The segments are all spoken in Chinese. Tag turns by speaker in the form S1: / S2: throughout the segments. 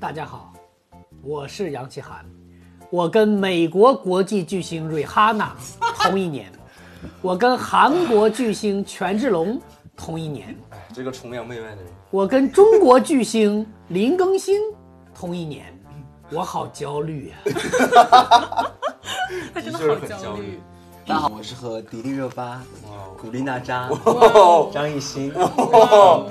S1: 大家好，我是杨奇涵，我跟美国国际巨星瑞哈娜同一 年，我跟韩国巨星权志龙同一年，
S2: 哎，这个崇洋媚外的人，
S1: 我跟中国巨星林更新同一年，我好焦虑啊 呀、
S3: 他真的
S2: 确实
S3: 好
S2: 很焦
S3: 焦
S2: 虑
S3: 虑。
S4: 大家好，嗯我是和迪丽热巴、古力娜扎、
S2: 哦，
S4: 张艺兴、彭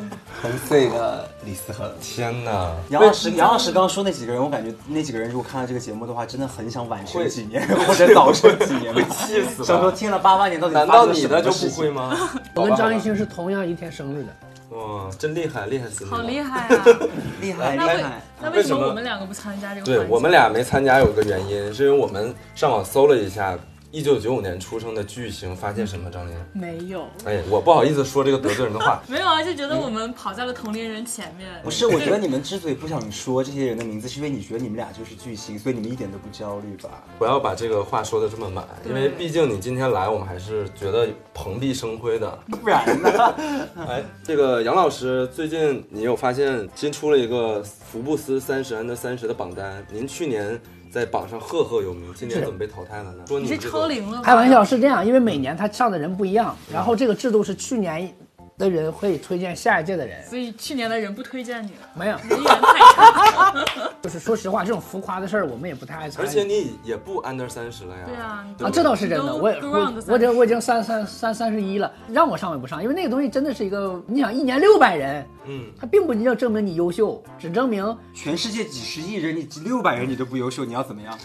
S4: 穗的李思恒。
S2: 天哪！
S4: 杨老师，杨老师刚说那几个人，我感觉那几个人如果看到这个节目的话，真的很想晚生
S2: 会
S4: 几年或者早生几年，
S2: 会气死吧
S4: 想说听了八八年到底
S2: 难
S4: 发
S2: 道
S4: 生了
S2: 你
S4: 什
S2: 的
S4: 么
S2: 就
S4: 事
S2: 不
S4: 情
S2: 会？吗？
S1: 我跟张艺
S2: 兴，
S1: 兴是同样一天生日的。
S2: 哇，真厉害，厉害死你！
S3: 好
S2: 了！
S3: 厉害啊！
S4: 厉害
S3: 那
S4: 厉
S3: 为
S4: 害！
S3: 那为
S2: 为
S3: 什
S2: 什么
S3: 么我们两个不参加这个环
S2: 对
S3: 节？
S2: 我们俩没参加有个原因，是因为我们上网搜了一下一九九五年出生的巨星，发现什么？张琳，
S3: 没有。，
S2: 哎，我不好意思说这个得罪人的话
S3: 没有啊，就觉得我们跑在了同龄人前面。
S4: 不
S2: 嗯
S4: 是，我觉得你们之所以不想说这些人的名字，是因为你觉得你们俩就是巨星，所以你们一点都不焦虑 吧？
S2: 不要把这个话说的这么满，因为
S3: 对
S2: 毕竟你今天来，我们还是觉得蓬荜生辉的。
S4: 不然呢？
S2: 哎，这个杨老师，最近你有发现新出了一个福布斯三十 under 三十的榜单？您去年在榜上赫赫有名，今年
S1: 是
S2: 怎么被淘汰了呢？说
S3: 你
S2: 你
S3: 是
S2: 这个
S3: 超龄了吧？
S1: 开玩笑是这样，因为每年他上的人不一样，
S3: 嗯
S1: 然后这个制度是去年的人会推荐下一届的人，
S3: 所以去年的人不推荐你了，
S1: 没有，
S3: 人缘太 差。
S1: 就是说实话，这种浮夸的事儿我们也不太爱参
S2: 而
S1: 与。
S2: 且你也不 under 三十了呀。
S3: 对啊
S2: 不
S1: 啊，这倒是真的，
S3: 都
S1: 我也
S3: 都
S1: 我
S3: round 三
S1: 我这我已经三三三三十一了，让我上我也不上，因为那个东西真的是一个，你想一年六百人，
S2: 嗯，
S1: 它并不要证明你优秀，只证明
S4: 全世界几十亿人，你六百人你都不优秀，你要怎么样？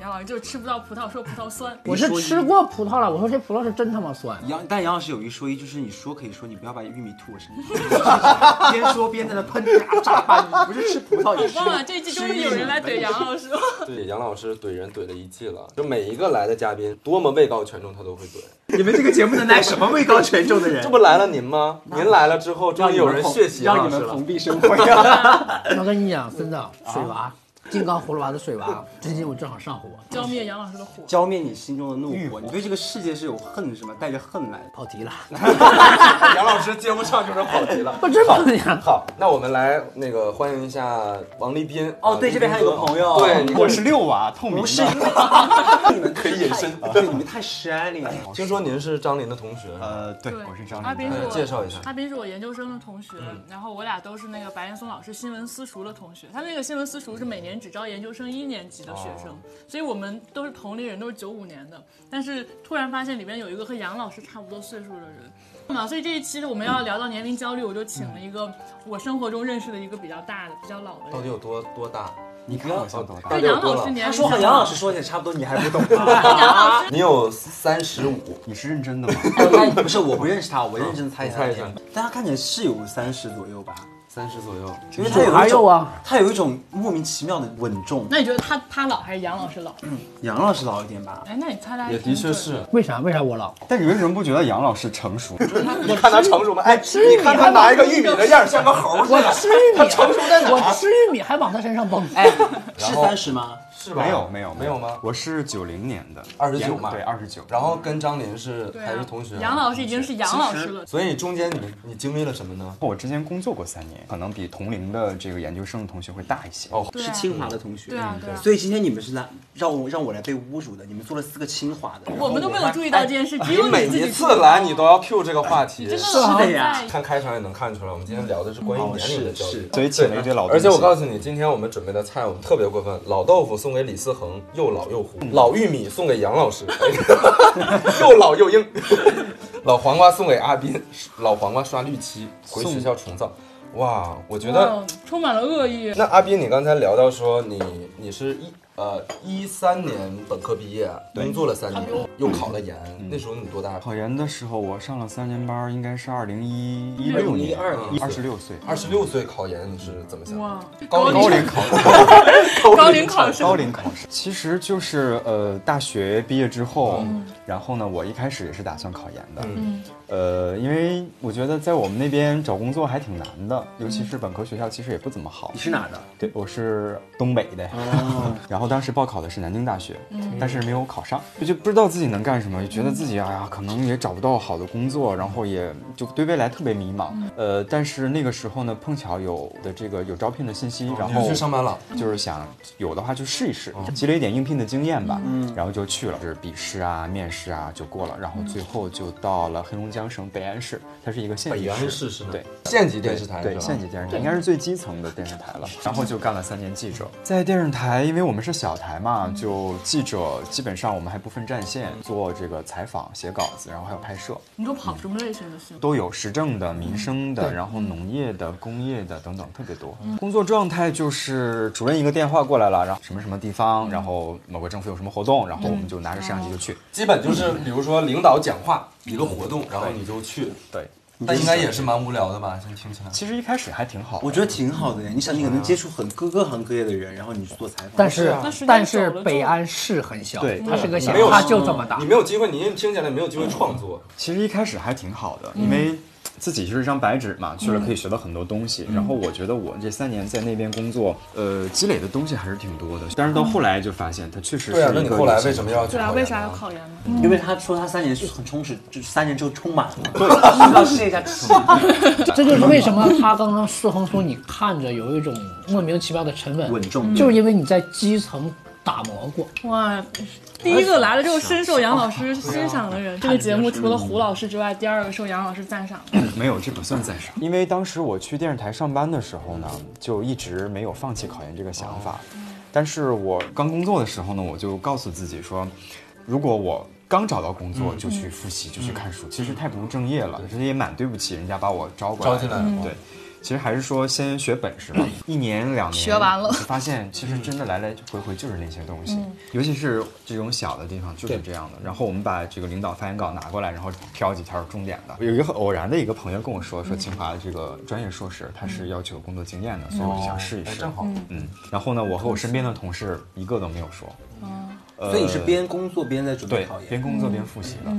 S3: 杨老师就吃不到葡萄说葡萄酸，
S1: 我是
S4: 说一
S1: 吃过葡萄了，我说这葡萄是真他妈酸。
S4: 杨，但杨老师有一说一，就是你说可以说，你不要把玉米吐我身 上，边说边在那喷炸炸吧，你不是吃葡萄，你吃
S3: 忘了嗯这一季终于有人来怼杨老师 了。
S2: 对，杨老师怼人怼了一季了，就每一个来的嘉宾，多么位高权重，他都会怼。
S4: 你们这个节目能来什么位高权重的人
S2: 这不来了您吗？您来了之后，终于有人血洗杨
S4: 让
S2: 老
S4: 你
S2: 师
S4: 们
S2: 了
S4: 蓬。荜生辉 啊！
S1: 我跟你讲，真的啊水娃，金刚葫芦娃的水娃，最近我正好上火，
S3: 浇灭杨老师的火，
S4: 浇灭你心中的怒火，你对这个世界是有恨是吗？带着恨来的。
S1: 跑题了，
S2: 杨老师接不上就是跑题了。
S1: 不知道你 讲。
S2: 好，那我们来那个欢迎一下王立斌。
S4: 哦，对，这边还有个朋友，哦
S2: 对，你
S4: 我
S2: 是
S4: 六娃，透明不是，你们
S2: 可以隐身啊
S4: 对，你们太 shy 了。
S2: 听说您是张琳的同学，
S4: 啊
S2: 哎
S5: 呃，对，
S3: 对
S5: 我是张
S3: 阿斌
S5: 琳。
S3: 是我
S2: 介绍一下
S3: 阿斌是我研究生的同学，
S2: 嗯
S3: 然后我俩都是那个白岩松老师新闻私塾的同学。他那个新闻私塾是每年只招研究生一年级的学
S2: 哦
S3: 生，所以我们都是同龄人，都是九五年的。但是突然发现里边有一个和杨老师差不多岁数的人。嘛，所以这一期我们要聊到年龄焦虑，我就请了一个我生活中认识的一个比较大的、比较老的
S2: 到
S3: 人
S2: 底。有多多大？
S4: 你不要
S2: 哦
S4: 他
S2: 到底
S3: 跟
S2: 有
S3: 杨
S2: 多
S3: 老师
S2: 老？
S3: 年龄
S4: 说
S3: 相
S4: 和
S3: 仿
S4: 杨老师说也差不多，你还不懂啊 吗？
S2: 你有三十五，
S5: 你是认真的吗？
S4: 哎那不是，我不认识他，我认真猜一
S2: 猜
S4: 猜
S2: 一下，
S4: 但他看起来是有三十左右吧，
S2: 三十左右。
S4: 因为他有
S1: 哪
S4: 一
S1: 有
S4: 种，
S1: 啊？
S4: 他有一种莫名其妙的稳重。
S3: 那你觉得他他老还是杨老师老？
S4: 杨老师老一点吧，
S3: 哎，那你猜他还
S2: 也
S3: 挺
S2: 的确
S3: 准
S2: 是，
S1: 为啥？为啥我老？
S5: 但你为什么不觉得杨老师成 熟？
S2: 你看他成熟吗？哎，你看他拿一个玉米的样儿，像个猴似
S1: 我
S2: 的。
S1: 吃玉米，啊
S2: 成熟在哪
S1: 我吃玉米还往他身上蹦。哎，
S4: 是
S2: 然后
S4: 三十吗？
S2: 是吧
S5: 没有，没有，
S2: 没有吗？
S5: 我是九零年的，
S2: 29嘛
S5: 对，二十九。
S2: 然后跟张琳是
S3: 对啊
S2: 还是同学？
S3: 杨老师已经是杨老师了。
S2: 所以中间你你经历了什么呢？
S5: 我之前工作过三年，可能比同龄的这个研究生的同学会大一些。
S2: 哦
S3: 对
S4: 是
S3: 啊
S4: 清华的同学。
S3: 对啊对啊
S4: 所以今天你们是来让我让我来被侮辱的，你们做了四个清华的。
S3: 我们都没有注意到这件事，
S4: 哎
S3: 只有
S2: 你每
S3: 自己
S2: 一
S3: 注
S2: 次
S3: 意到
S2: 来，你都要 Q 这个话题。
S3: 真的
S4: 是
S3: 好
S4: 的呀
S3: 在意
S2: 看开场也能看出来，我们今天聊的是关于
S4: 哦
S2: 年龄的
S4: 是
S2: 焦虑
S4: 是，
S5: 所以请了一堆老东
S2: 而
S5: 西
S2: 且我告诉你，今天我们准备的菜我们特别过分，老豆腐送给李思恒，又老又糊；老玉米送给杨老师，哎 又老又硬；老黄瓜送给阿斌，老黄瓜刷绿漆，回学校重造。哇，我觉得
S3: 哇嗯充满了恶意。
S2: 那阿斌，你刚才聊到说你你是一呃一三年本科毕业，工作了三年，又考了研，那时候你多大？
S5: 考研的时候，我上了三年班，应该是二零一一
S4: 六
S5: 六
S4: 年
S5: 年，
S4: 12
S2: 年
S5: 二十六岁。
S2: 二十六岁考研，你是怎么想的？
S3: 哇，
S2: 高
S5: 高
S2: 龄
S5: 龄考
S3: 高龄考生
S5: 高龄考试，其实
S2: 嗯
S5: 就是呃，大学毕业之后，然后呢，我一开始也是打算考研的，呃，因为我觉得在我们那边找工作还挺难的，尤其是本科学校其实也不怎么好
S2: 嗯
S4: 你。是哪的？
S5: 对，我是东北的，
S2: 哦
S5: 然后当时报考的是南京大学，但是没有考上，就就不知道自己能干什么，就觉得自己哎呀，可能也找不到好的工作，然后也就对未来特别迷茫。呃，但是那个时候呢，碰巧有的这个有招聘的信息，然
S2: 哦你
S5: 后
S2: 就去上班了，哦
S5: 就是想有的话就试一试，积累一点应聘的经验吧。
S2: 嗯
S5: 然后就去了，就是笔试啊、面试啊就过了，然后最后就到了黑龙江省北安市，它是一个县级
S2: 北安市
S5: 市
S2: 是哪
S5: 对。
S2: 县级电视台
S5: 对
S2: 是吧
S5: 县级电视台应该是最基层的电视台了，然后就干了三年记者，在电视台，因为我们是小台嘛，就记者基本上我们还不分战线，做这个采访、写稿子，然后还有拍摄，
S3: 你都跑什么类型的新闻？
S5: 都有时政的、民生的，然后农业的、工业的等等，特别多。工作状态就是主任一个电话过来了，然后什么什么地方，然后某个政府有什么活动，然后我们就拿着摄像机就去。
S2: 基本就是比如说领导讲话一个活动，然后你就去，
S5: 对，
S2: 但应该也是蛮无聊的吧？先听起来。
S5: 其实一开始还挺好。
S4: 我觉得挺好的呀。你想，你可能接触很各各行各业的人，然后你去做采访，
S1: 但是啊
S3: 那时间
S1: 但
S3: 久
S1: 是
S3: 了就
S1: 北安市很小，
S5: 对
S1: 它是个县
S2: 没，有
S1: 它就这么大
S2: 你。没有机会，你听起来没有机会创作，
S5: 其实一开始还挺好的，因为自己就是一张白纸嘛，去了可以学到很多东西。然后我觉得我这三年在那边工作，呃，积累的东西还是挺多的。但是到后来就发现，它确 实是
S2: 对
S5: 一
S2: 啊
S5: 个。，
S2: 那你后来为什么要去
S3: 对
S2: 考研
S3: 啊，
S2: 呢？
S3: 为啥要考研呢？
S4: 因为他说他三年是很充实，就是三年之后充满了，对，要试一下充满
S1: 这 就是为什么他刚刚四红说你看着有一种莫名其妙的沉稳，
S4: 稳重
S2: 嗯
S1: 就是因为你在基层打磨过。
S3: 哇，第一个来了之后深受杨老师欣赏的人，这个节目除了胡老师之外，第二个受杨老师赞赏的。
S5: 没有，这不算赞嗯赏。因为当时我去电视台上班的时候呢，就一直没有放弃考研这个想法。但是我刚工作的时候呢，我就告诉自己说，如果我刚找到工作就去复习，就去看书，其实太不务正业了，其实也嗯蛮对不起人家把我招过来
S2: 招
S5: 的。
S2: 进来了吗？
S5: 对，其实还是说先学本事吧，一年两
S3: 嗯
S5: 年
S3: 学完了嗯
S5: 你 发现其实真的来来回回就是那些东西，尤其是这种小的地方就是这样的。然后我们把这个领导发言稿拿过来，然后挑几条重点的。嗯有一个很偶然的一个朋友跟我说，
S3: 嗯
S5: 说清华的这个专业硕士他是要求工作经验的，所以我就想试一
S2: 哎
S5: 试。
S2: 正好，
S5: 嗯，然后呢，我和我身边的同事一个都没有说，
S4: 所以你是边工作边在准备
S5: 对
S4: 考，研
S5: 边，工作
S3: 嗯
S5: 边复习的。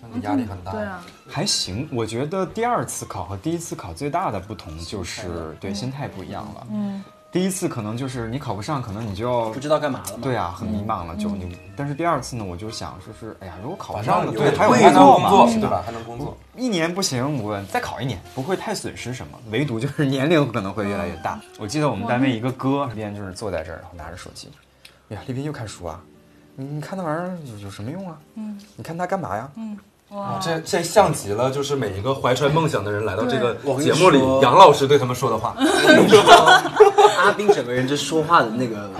S2: 那你压力很大。
S3: 对啊，
S5: 还行，我觉得第二次考和第一次考最大的不同就是对心态不一样了。嗯，第一次可能就是你考不上，可能你就要
S4: 不知道干嘛了嘛。
S5: 对啊，很迷茫了就你。但是第二次呢，我就想说是，哎呀，如果考
S2: 晚
S5: 不
S2: 上
S5: 上
S2: 有
S5: 了，对，还有
S2: 还
S5: 工
S2: 能
S5: 作
S2: 工
S5: 嘛，
S2: 作，
S5: 是
S2: 对吧？
S5: 吧？
S2: 还能工作，
S5: 一年不行，我再考一年，不会太损失什么，唯独就是年龄可能会越来越大。我记得我们单位一个哥，那边就是坐在这儿，然后拿着手机，哎呀，丽斌又看书啊，你你看那玩意儿有有什么用啊？嗯，你看他干嘛呀？
S3: 哇，
S2: 这这像极了，就是每一个怀揣梦想的人来到这个
S4: 对我跟你
S2: 节目里
S4: 说，
S2: 杨老师对他们说的 话。
S4: 阿斌整个人就说话的那个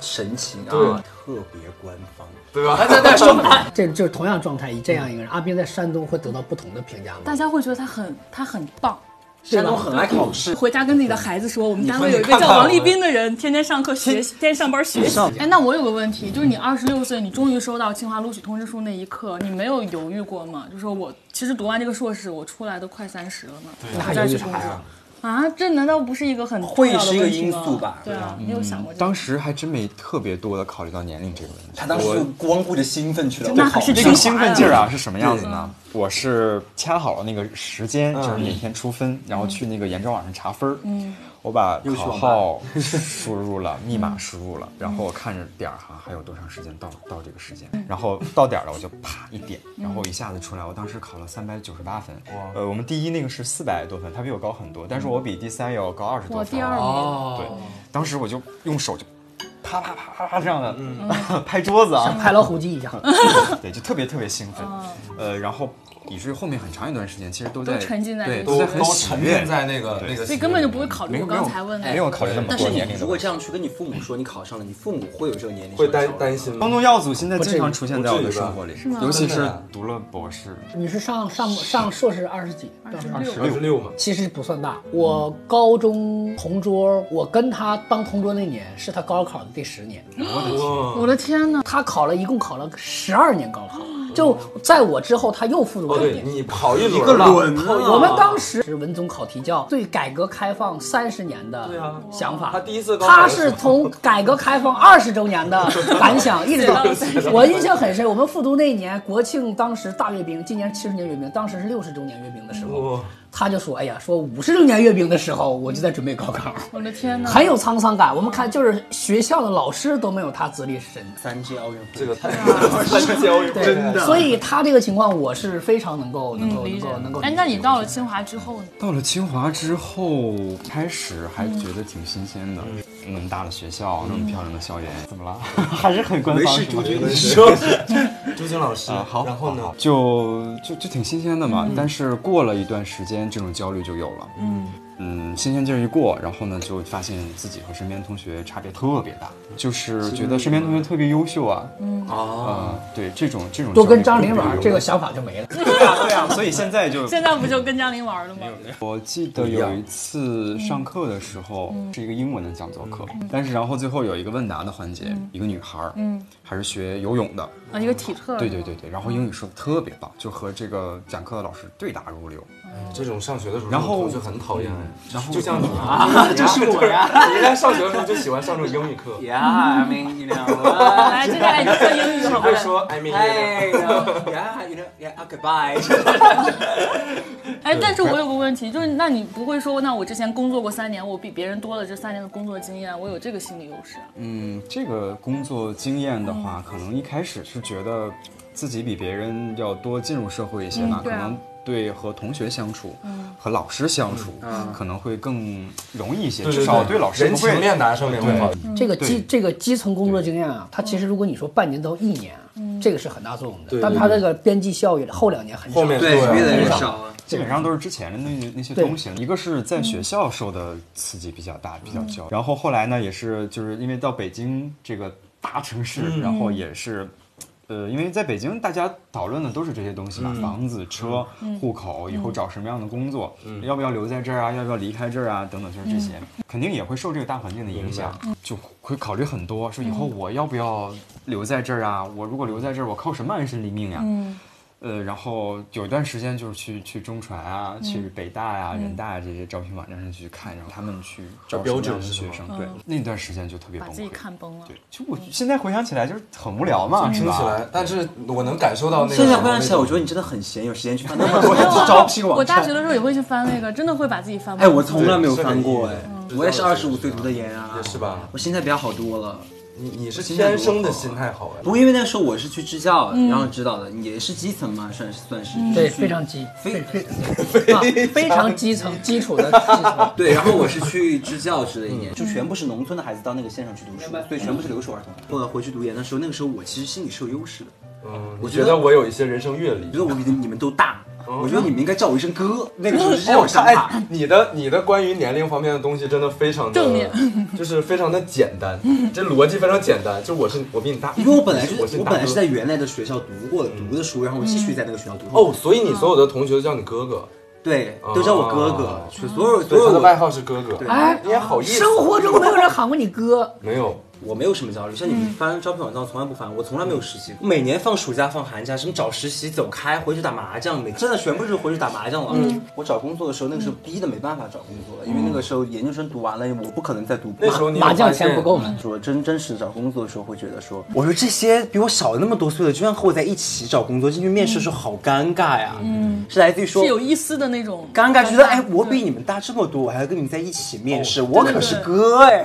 S4: 神情啊，特别官方。
S2: 哎对吧？
S1: 哎这就是同样状态，以这样一
S2: 嗯
S1: 个人，阿斌在山东会得到不同的评价吗？
S3: 大家会觉得他很他很棒。
S4: 山东很爱考试，
S3: 回家跟自己的孩子说，我们单位有一
S2: 你
S3: 个
S2: 看
S3: 叫
S2: 看
S3: 王立
S2: 我
S3: 斌的人，天天上课学习，天天上班学习
S4: 上。
S3: 哎，那我有个问题，就是你二十六岁，你终于收到清华录取通知书那一刻，你没有犹豫过吗？就说我其实读完这个硕士，我出来都快三十了嘛，
S1: 那
S3: 我
S1: 还
S3: 再
S1: 有
S3: 去
S1: 啥
S3: 工
S1: 呀
S3: 作？啊？这难道不是一个很重
S4: 会
S3: 要的
S4: 是一个
S3: 问题
S4: 因
S3: 吗
S4: 素吧
S3: 对啊，你有想过这个
S5: 当时还真没特别多的考虑到年龄这个问题。
S4: 他当时光顾着兴奋去了。嗯
S3: 那可是
S5: 那
S3: 清
S5: 个
S3: 华
S5: 兴
S3: 呀
S5: 奋劲儿啊是什么样子呢？我是掐好了那个时间，就是
S4: 嗯
S5: 每天出分，然后去那个研招网上查分儿。嗯，我把
S4: 又去
S5: 考
S4: 网吧 嗯
S5: 号输入了，密码输入了，然后我看着点儿哈，还有多长时间到到这个时间，
S4: 嗯
S5: 然后到点儿了我就啪一点，然后一下子出来，我当时考了三百九十八分。呃，我们第一那个是四百多分，他比我高很多，但是
S4: 嗯
S5: 我比第三要高二十多
S3: 我
S5: 分。
S3: 第二名，
S1: 哦
S5: 对，当时我就用手就啪啪啪啪啪这样的、 拍桌子啊，
S1: 拍老虎机一样，
S2: 嗯
S5: 对，就特别特别兴奋，呃，然后以至于后面很长一段时间，其实都在
S3: 都沉浸在
S5: 对，
S3: 这个
S5: 都
S2: 都
S5: 在很
S2: 都
S5: 喜
S2: 沉
S5: 悦
S2: 浸，在那个
S5: 对
S2: 那个，
S3: 所以根本就不会考虑
S5: 没
S3: 我
S5: 有
S3: 刚才问的。
S5: 没有考虑那么
S4: 但
S5: 多
S4: 是
S5: 年
S4: 你
S5: 龄的
S4: 如果
S5: 问题。
S4: 这样去跟你父母说你考上了，你父母会有这个年龄
S2: 会
S4: 上的
S2: 担
S4: 焦虑
S2: 担心
S5: 帮
S2: 吗？
S5: 动耀祖现在
S1: 不至于
S5: 经常出现在我
S2: 不
S5: 的
S2: 至于吧
S5: 生活里
S3: 吗，
S5: 尤其
S2: 真
S5: 是
S2: 的
S5: 读了博士，
S1: 你是上上上硕士二十几，
S3: 二十
S5: 二十
S3: 六，
S2: 二十
S5: 六，
S2: 六嘛，
S1: 其实不算大。我高中同桌，我跟他当同桌那年是他高考的第十年，
S2: 哇，
S3: 我的天哪！
S1: 他考了一共考了十二年高考，就在我之后他又复读
S2: 嗯哦，
S1: 了一
S2: 对
S1: 年。
S2: 你跑一
S4: 一
S2: 轮
S4: 个
S2: 了，
S4: 轮啊
S2: 跑一
S1: 我们当时是文综考题叫对改革开放三十年的
S2: 对啊
S1: 想法。
S2: 他第一次高考
S1: 他
S2: 的时候
S1: 是从改革开放二十周年的感想，一直到我印象很深。我们复读那一年，国庆当时大阅兵，今年七十年阅兵，当时是六十周年阅兵的时候，
S2: 哦
S1: 他就说：“哎呀，说五十周年阅兵的时候，我就在准备高考，
S3: 我的天哪！
S1: 很有沧桑感。”我们看，就是学校的老师都没有他资历深。
S4: 三届奥运会，
S2: 这个太
S3: 啊
S2: 太教育
S1: 对
S4: 真的
S1: 所以他这个情况，我是非常能够、能
S3: 嗯，
S1: 够、
S3: 理
S1: 能
S3: 解
S1: 够、能够。
S3: 哎，那你到了清华之后呢？
S5: 到了清华之后，开始还觉得挺新鲜的，那么大的学校，那么漂亮的校园，怎么了？还是很官
S4: 没
S5: 方
S4: 事，
S5: 是吗
S4: 朱军，你
S2: 说， 朱军老师
S5: 啊，好，
S2: 然后
S5: 好好
S2: 呢？
S5: 就就就挺新鲜的嘛。但是过了一段时间，这种焦虑就有了。嗯新鲜劲儿一过，然后呢，就发现自己和身边同学差别特别大，就是觉得身边同学特别优秀啊。嗯
S4: 哦
S5: 啊、对，这种这种
S1: 多跟
S5: 焦
S1: 张
S5: 虑
S1: 琳
S5: 特别
S1: 玩，
S5: 有
S1: 这个想法就没了。
S5: 对啊对啊，所以现在就
S3: 现在不就跟张琳玩了吗？
S5: 我记得有一次上课的时候是一个英文的讲座课，但是然后最后有一个问答的环节，一个女孩儿，嗯，还是学游泳的，
S3: 啊，一个体特。
S5: 对对对对，然后英语说的特别棒，就和这个讲课的老师对答如流。
S2: 这种上学的时候，
S5: 然后
S2: 就很讨厌，
S5: 然后
S2: 就像你 啊，这是我呀，你在上学的时候就喜欢上这种英语课，
S4: ，Yeah，I mean you know，
S3: 来，哎接下来你说英语
S2: 就
S3: 好
S2: 会
S3: 了。
S2: 说 I mean，
S4: 哎，Yeah，you know，Yeah，goodbye。
S3: 哎，但是我有个问题，就是那你不会说，那我之前工作过三年，我比别人多了这三年的工作经验，我有这个心理优势啊。
S5: 嗯，这个工作经验的
S3: 嗯
S5: 话，可能一开始是觉得自己比别人要多进入社会一些
S3: 嗯
S5: 吧，可
S3: 对啊嗯
S5: 能对和同学相处、和老师相处、可能会更容易一些，
S2: 嗯对
S5: 至少对老师
S2: 人
S5: 不
S2: 情
S5: 会。
S2: 面拿上面会好。
S1: 这个基
S5: 对
S1: 这个基层工作经验啊，它其实如果你说半年到一年，啊这个是很大作用的
S2: 对，
S1: 但它这个边际效益后两年很少
S2: 后。面
S4: 对，越来越
S2: 啊
S4: 少啊。
S5: 基本上都是之前的那那些
S1: 对
S5: 东西，一个是在学校受的刺激比较大，比较焦，然后后来呢，也是就是因为到北京这个大城市，然后也是呃，因为在北京，大家讨论的都是这些东西嘛，房子、车、户口，以后找什么样的工作，要不要留在这儿啊，要不要离开这儿啊，等等，就是这些，肯定也会受这个大环境的影响，就会考虑很多，说以后我要不要留在这儿啊？我如果留在这儿，我靠什么安身立命呀、
S4: 嗯
S5: 呃，然后有一段时间就是去去中传啊，去
S3: 嗯
S5: 北大呀、人大呀这些招聘网站上去看，然后他们去招什
S2: 标
S5: 么
S2: 准
S5: 样的
S2: 是
S5: 学
S2: 吗
S5: 生，对，那段时间就特
S3: 嗯
S5: 别
S3: 把
S5: 崩
S3: 自己
S5: 溃。
S3: 看嗯崩了。
S5: 对，就我现在回想起来就是很无聊
S4: 嗯
S5: 嘛，是
S2: 听
S5: 吧？
S2: 起来，但是我能感受到那个。
S4: 现在回想起来，我觉得你真的很闲，有时间去翻那么 多
S3: 没有啊
S4: 招聘网
S3: 我大学
S4: 站。
S3: 的时候也会去翻那个，真的会把自己翻崩。
S4: 哎，我从来没有翻过哎
S2: 对是的，
S4: 我也是二十五岁读的研啊，
S2: 也是吧
S4: 我现在比较好多了，
S2: 你你是天生的心态好啊
S4: 不
S2: 呀。
S4: 过因为那时候我是去支教，然后指导的，也是基层嘛，算是算是就是
S2: 嗯
S1: 对，
S4: 去
S1: 非常基，
S4: 非。
S1: 非啊非常基层基础 的基层
S4: 对，然后我是去支教之类的研，就全部是农村的孩子到那个县上去读书，所以全部是留守儿童。后来回去读研的时候，那个时候我其实心里是有优势的，
S2: 嗯，
S4: 我
S2: 我
S4: 觉得
S2: 觉得我有一些人生阅历
S4: 我觉。得我比你们都大，我觉得你们应该叫我一声哥。那个时候是这种想法。
S2: 哦 哎，你的你的关于年龄方面的东西真的非常的
S3: 正面，
S2: 就是非常的简 单，这逻辑非常简单。就我是我比你大，
S4: 因为我本来就
S2: 我是
S4: 我
S2: 你大
S4: 本来是
S2: 哥
S4: 在原来的学校读过的读的书，然后我继续在那个学校读。
S2: 哦，，所以你所有的同学都叫你哥哥，
S4: 对，都叫我哥哥，
S2: 哦
S4: 所所有所
S2: 对，
S4: 有
S2: 他的
S4: 我
S2: 外号是哥哥。
S1: 哎
S2: 你也好意思？
S1: 生活中没有人喊过你哥，
S2: 没有，
S4: 我没有什么焦虑，像你
S3: 嗯
S4: 们翻招聘网站我从来不翻，我从来没有实习过。每年放暑假、放寒假，什么找实习、走开、回去打麻将，每真的全部就是回去打麻将了。
S3: 嗯
S4: 我找工作的时候，那个时候逼的没办法找工作了，因为那个时候研究生读完了，我不可能再读。
S2: 那时候你有
S1: 麻将
S2: 发现
S1: 钱不够。了。
S4: 说真真实找工作的时候，会觉得说，我说这些比我小那么多岁的，居然和我在一起找工作，进去面试的时候好尴尬呀。嗯，是来自于说
S3: 嗯是有一丝的那种
S4: 尴尬，就觉得哎，
S3: 对哦
S4: 我比你们大这么多，我还要跟你们在一起面试，我可是哥哎。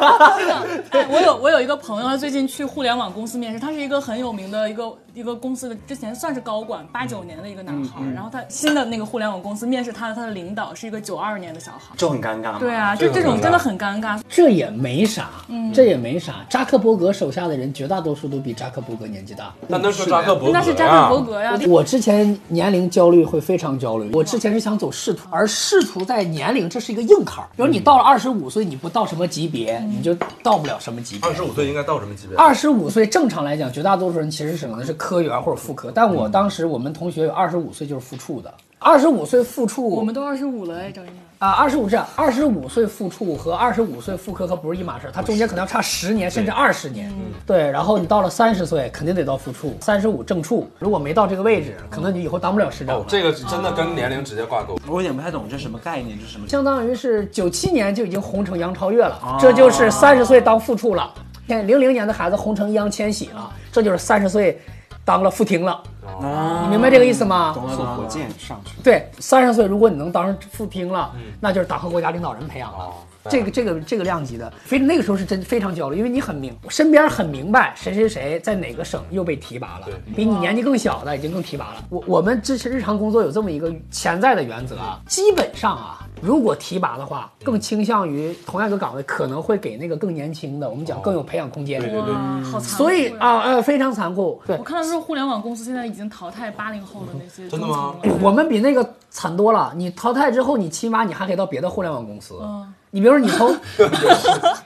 S3: 哎，我有我有一个朋友，他最近去互联网公司面试，他是一个很有名的一个一个公司的，之前算是高管，八九年的一个
S4: 嗯
S3: 男孩儿。然后他新的那个互联网公司面试他的，他的领导是一个九二年的小孩 儿。
S4: 就很尴尬嘛。
S3: 对，啊，就这种
S2: 这个很尴尬
S3: 真的很尴尬。
S1: 这也没啥，这也没啥。扎克伯格手下的人绝大多数都比扎克伯格年纪大。
S2: 但那时候扎克伯格，
S3: 那是扎克伯。格呀，
S1: 我之前年龄焦虑会非常焦虑，我之前是想走仕途，而仕途在年龄这是一个硬坎儿。比如你到了二十五岁，你不到什么级别，你就到不了什么级别
S2: 二。十五岁应该到什么级别？
S1: 二十五岁正常来讲，绝大多数人其实是可能是科员或者副科，但我当时我们同学有二十五岁就是副处的，二十五岁副处，
S3: 我们都二十五了哎，赵一鸣。
S1: 啊，二十五这二十五岁复出和二十五岁复刻可不是一码事儿，它中间可能要差十年甚至二十年。对，然后你到了三十岁，肯定得到复出，三十五正处，如果没到这个位置，可能你以后当不了市长
S2: 哦
S1: 了。，
S2: 这个是真的跟年龄直接挂钩。
S4: 我有点不太懂这什么概念，这是什么？啊
S1: 相当于是九七年就已经红成杨超越了，这就是三十岁当副处了。现在零零年的孩子红成易烊千玺了，这就是三十岁当了副厅了。
S4: 啊
S1: 你明白这个意思吗？
S4: 懂了懂
S5: 坐
S4: 了
S5: 火箭上去了。
S1: 对，三十岁如果你能当上副厅了，
S2: 嗯
S1: 那就是党和国家领导人培养
S2: 哦
S1: 了。这个这个这个量级的，非那个时候是真非常焦虑，因为你很明，身边很明白谁谁谁在哪个省又被提拔了，比你年纪更小的已经更提拔了。我我们之前日常工作有这么一个潜在的原则啊，基本上啊，如果提拔的话，更倾向于同样一个岗位可能会给那个更年轻的，我们讲更有培养空间。
S2: 对对
S3: 哇，好残酷呀
S1: 所以，啊呃非常残酷，对
S3: 我看到就是互联网公司现在已经淘汰八零后的那些
S2: 真的吗
S3: 中层了
S1: 我们比那个惨多了。你淘汰之后，你起码你还可以到别的互联网公司。
S3: 嗯
S1: 你比如说，你从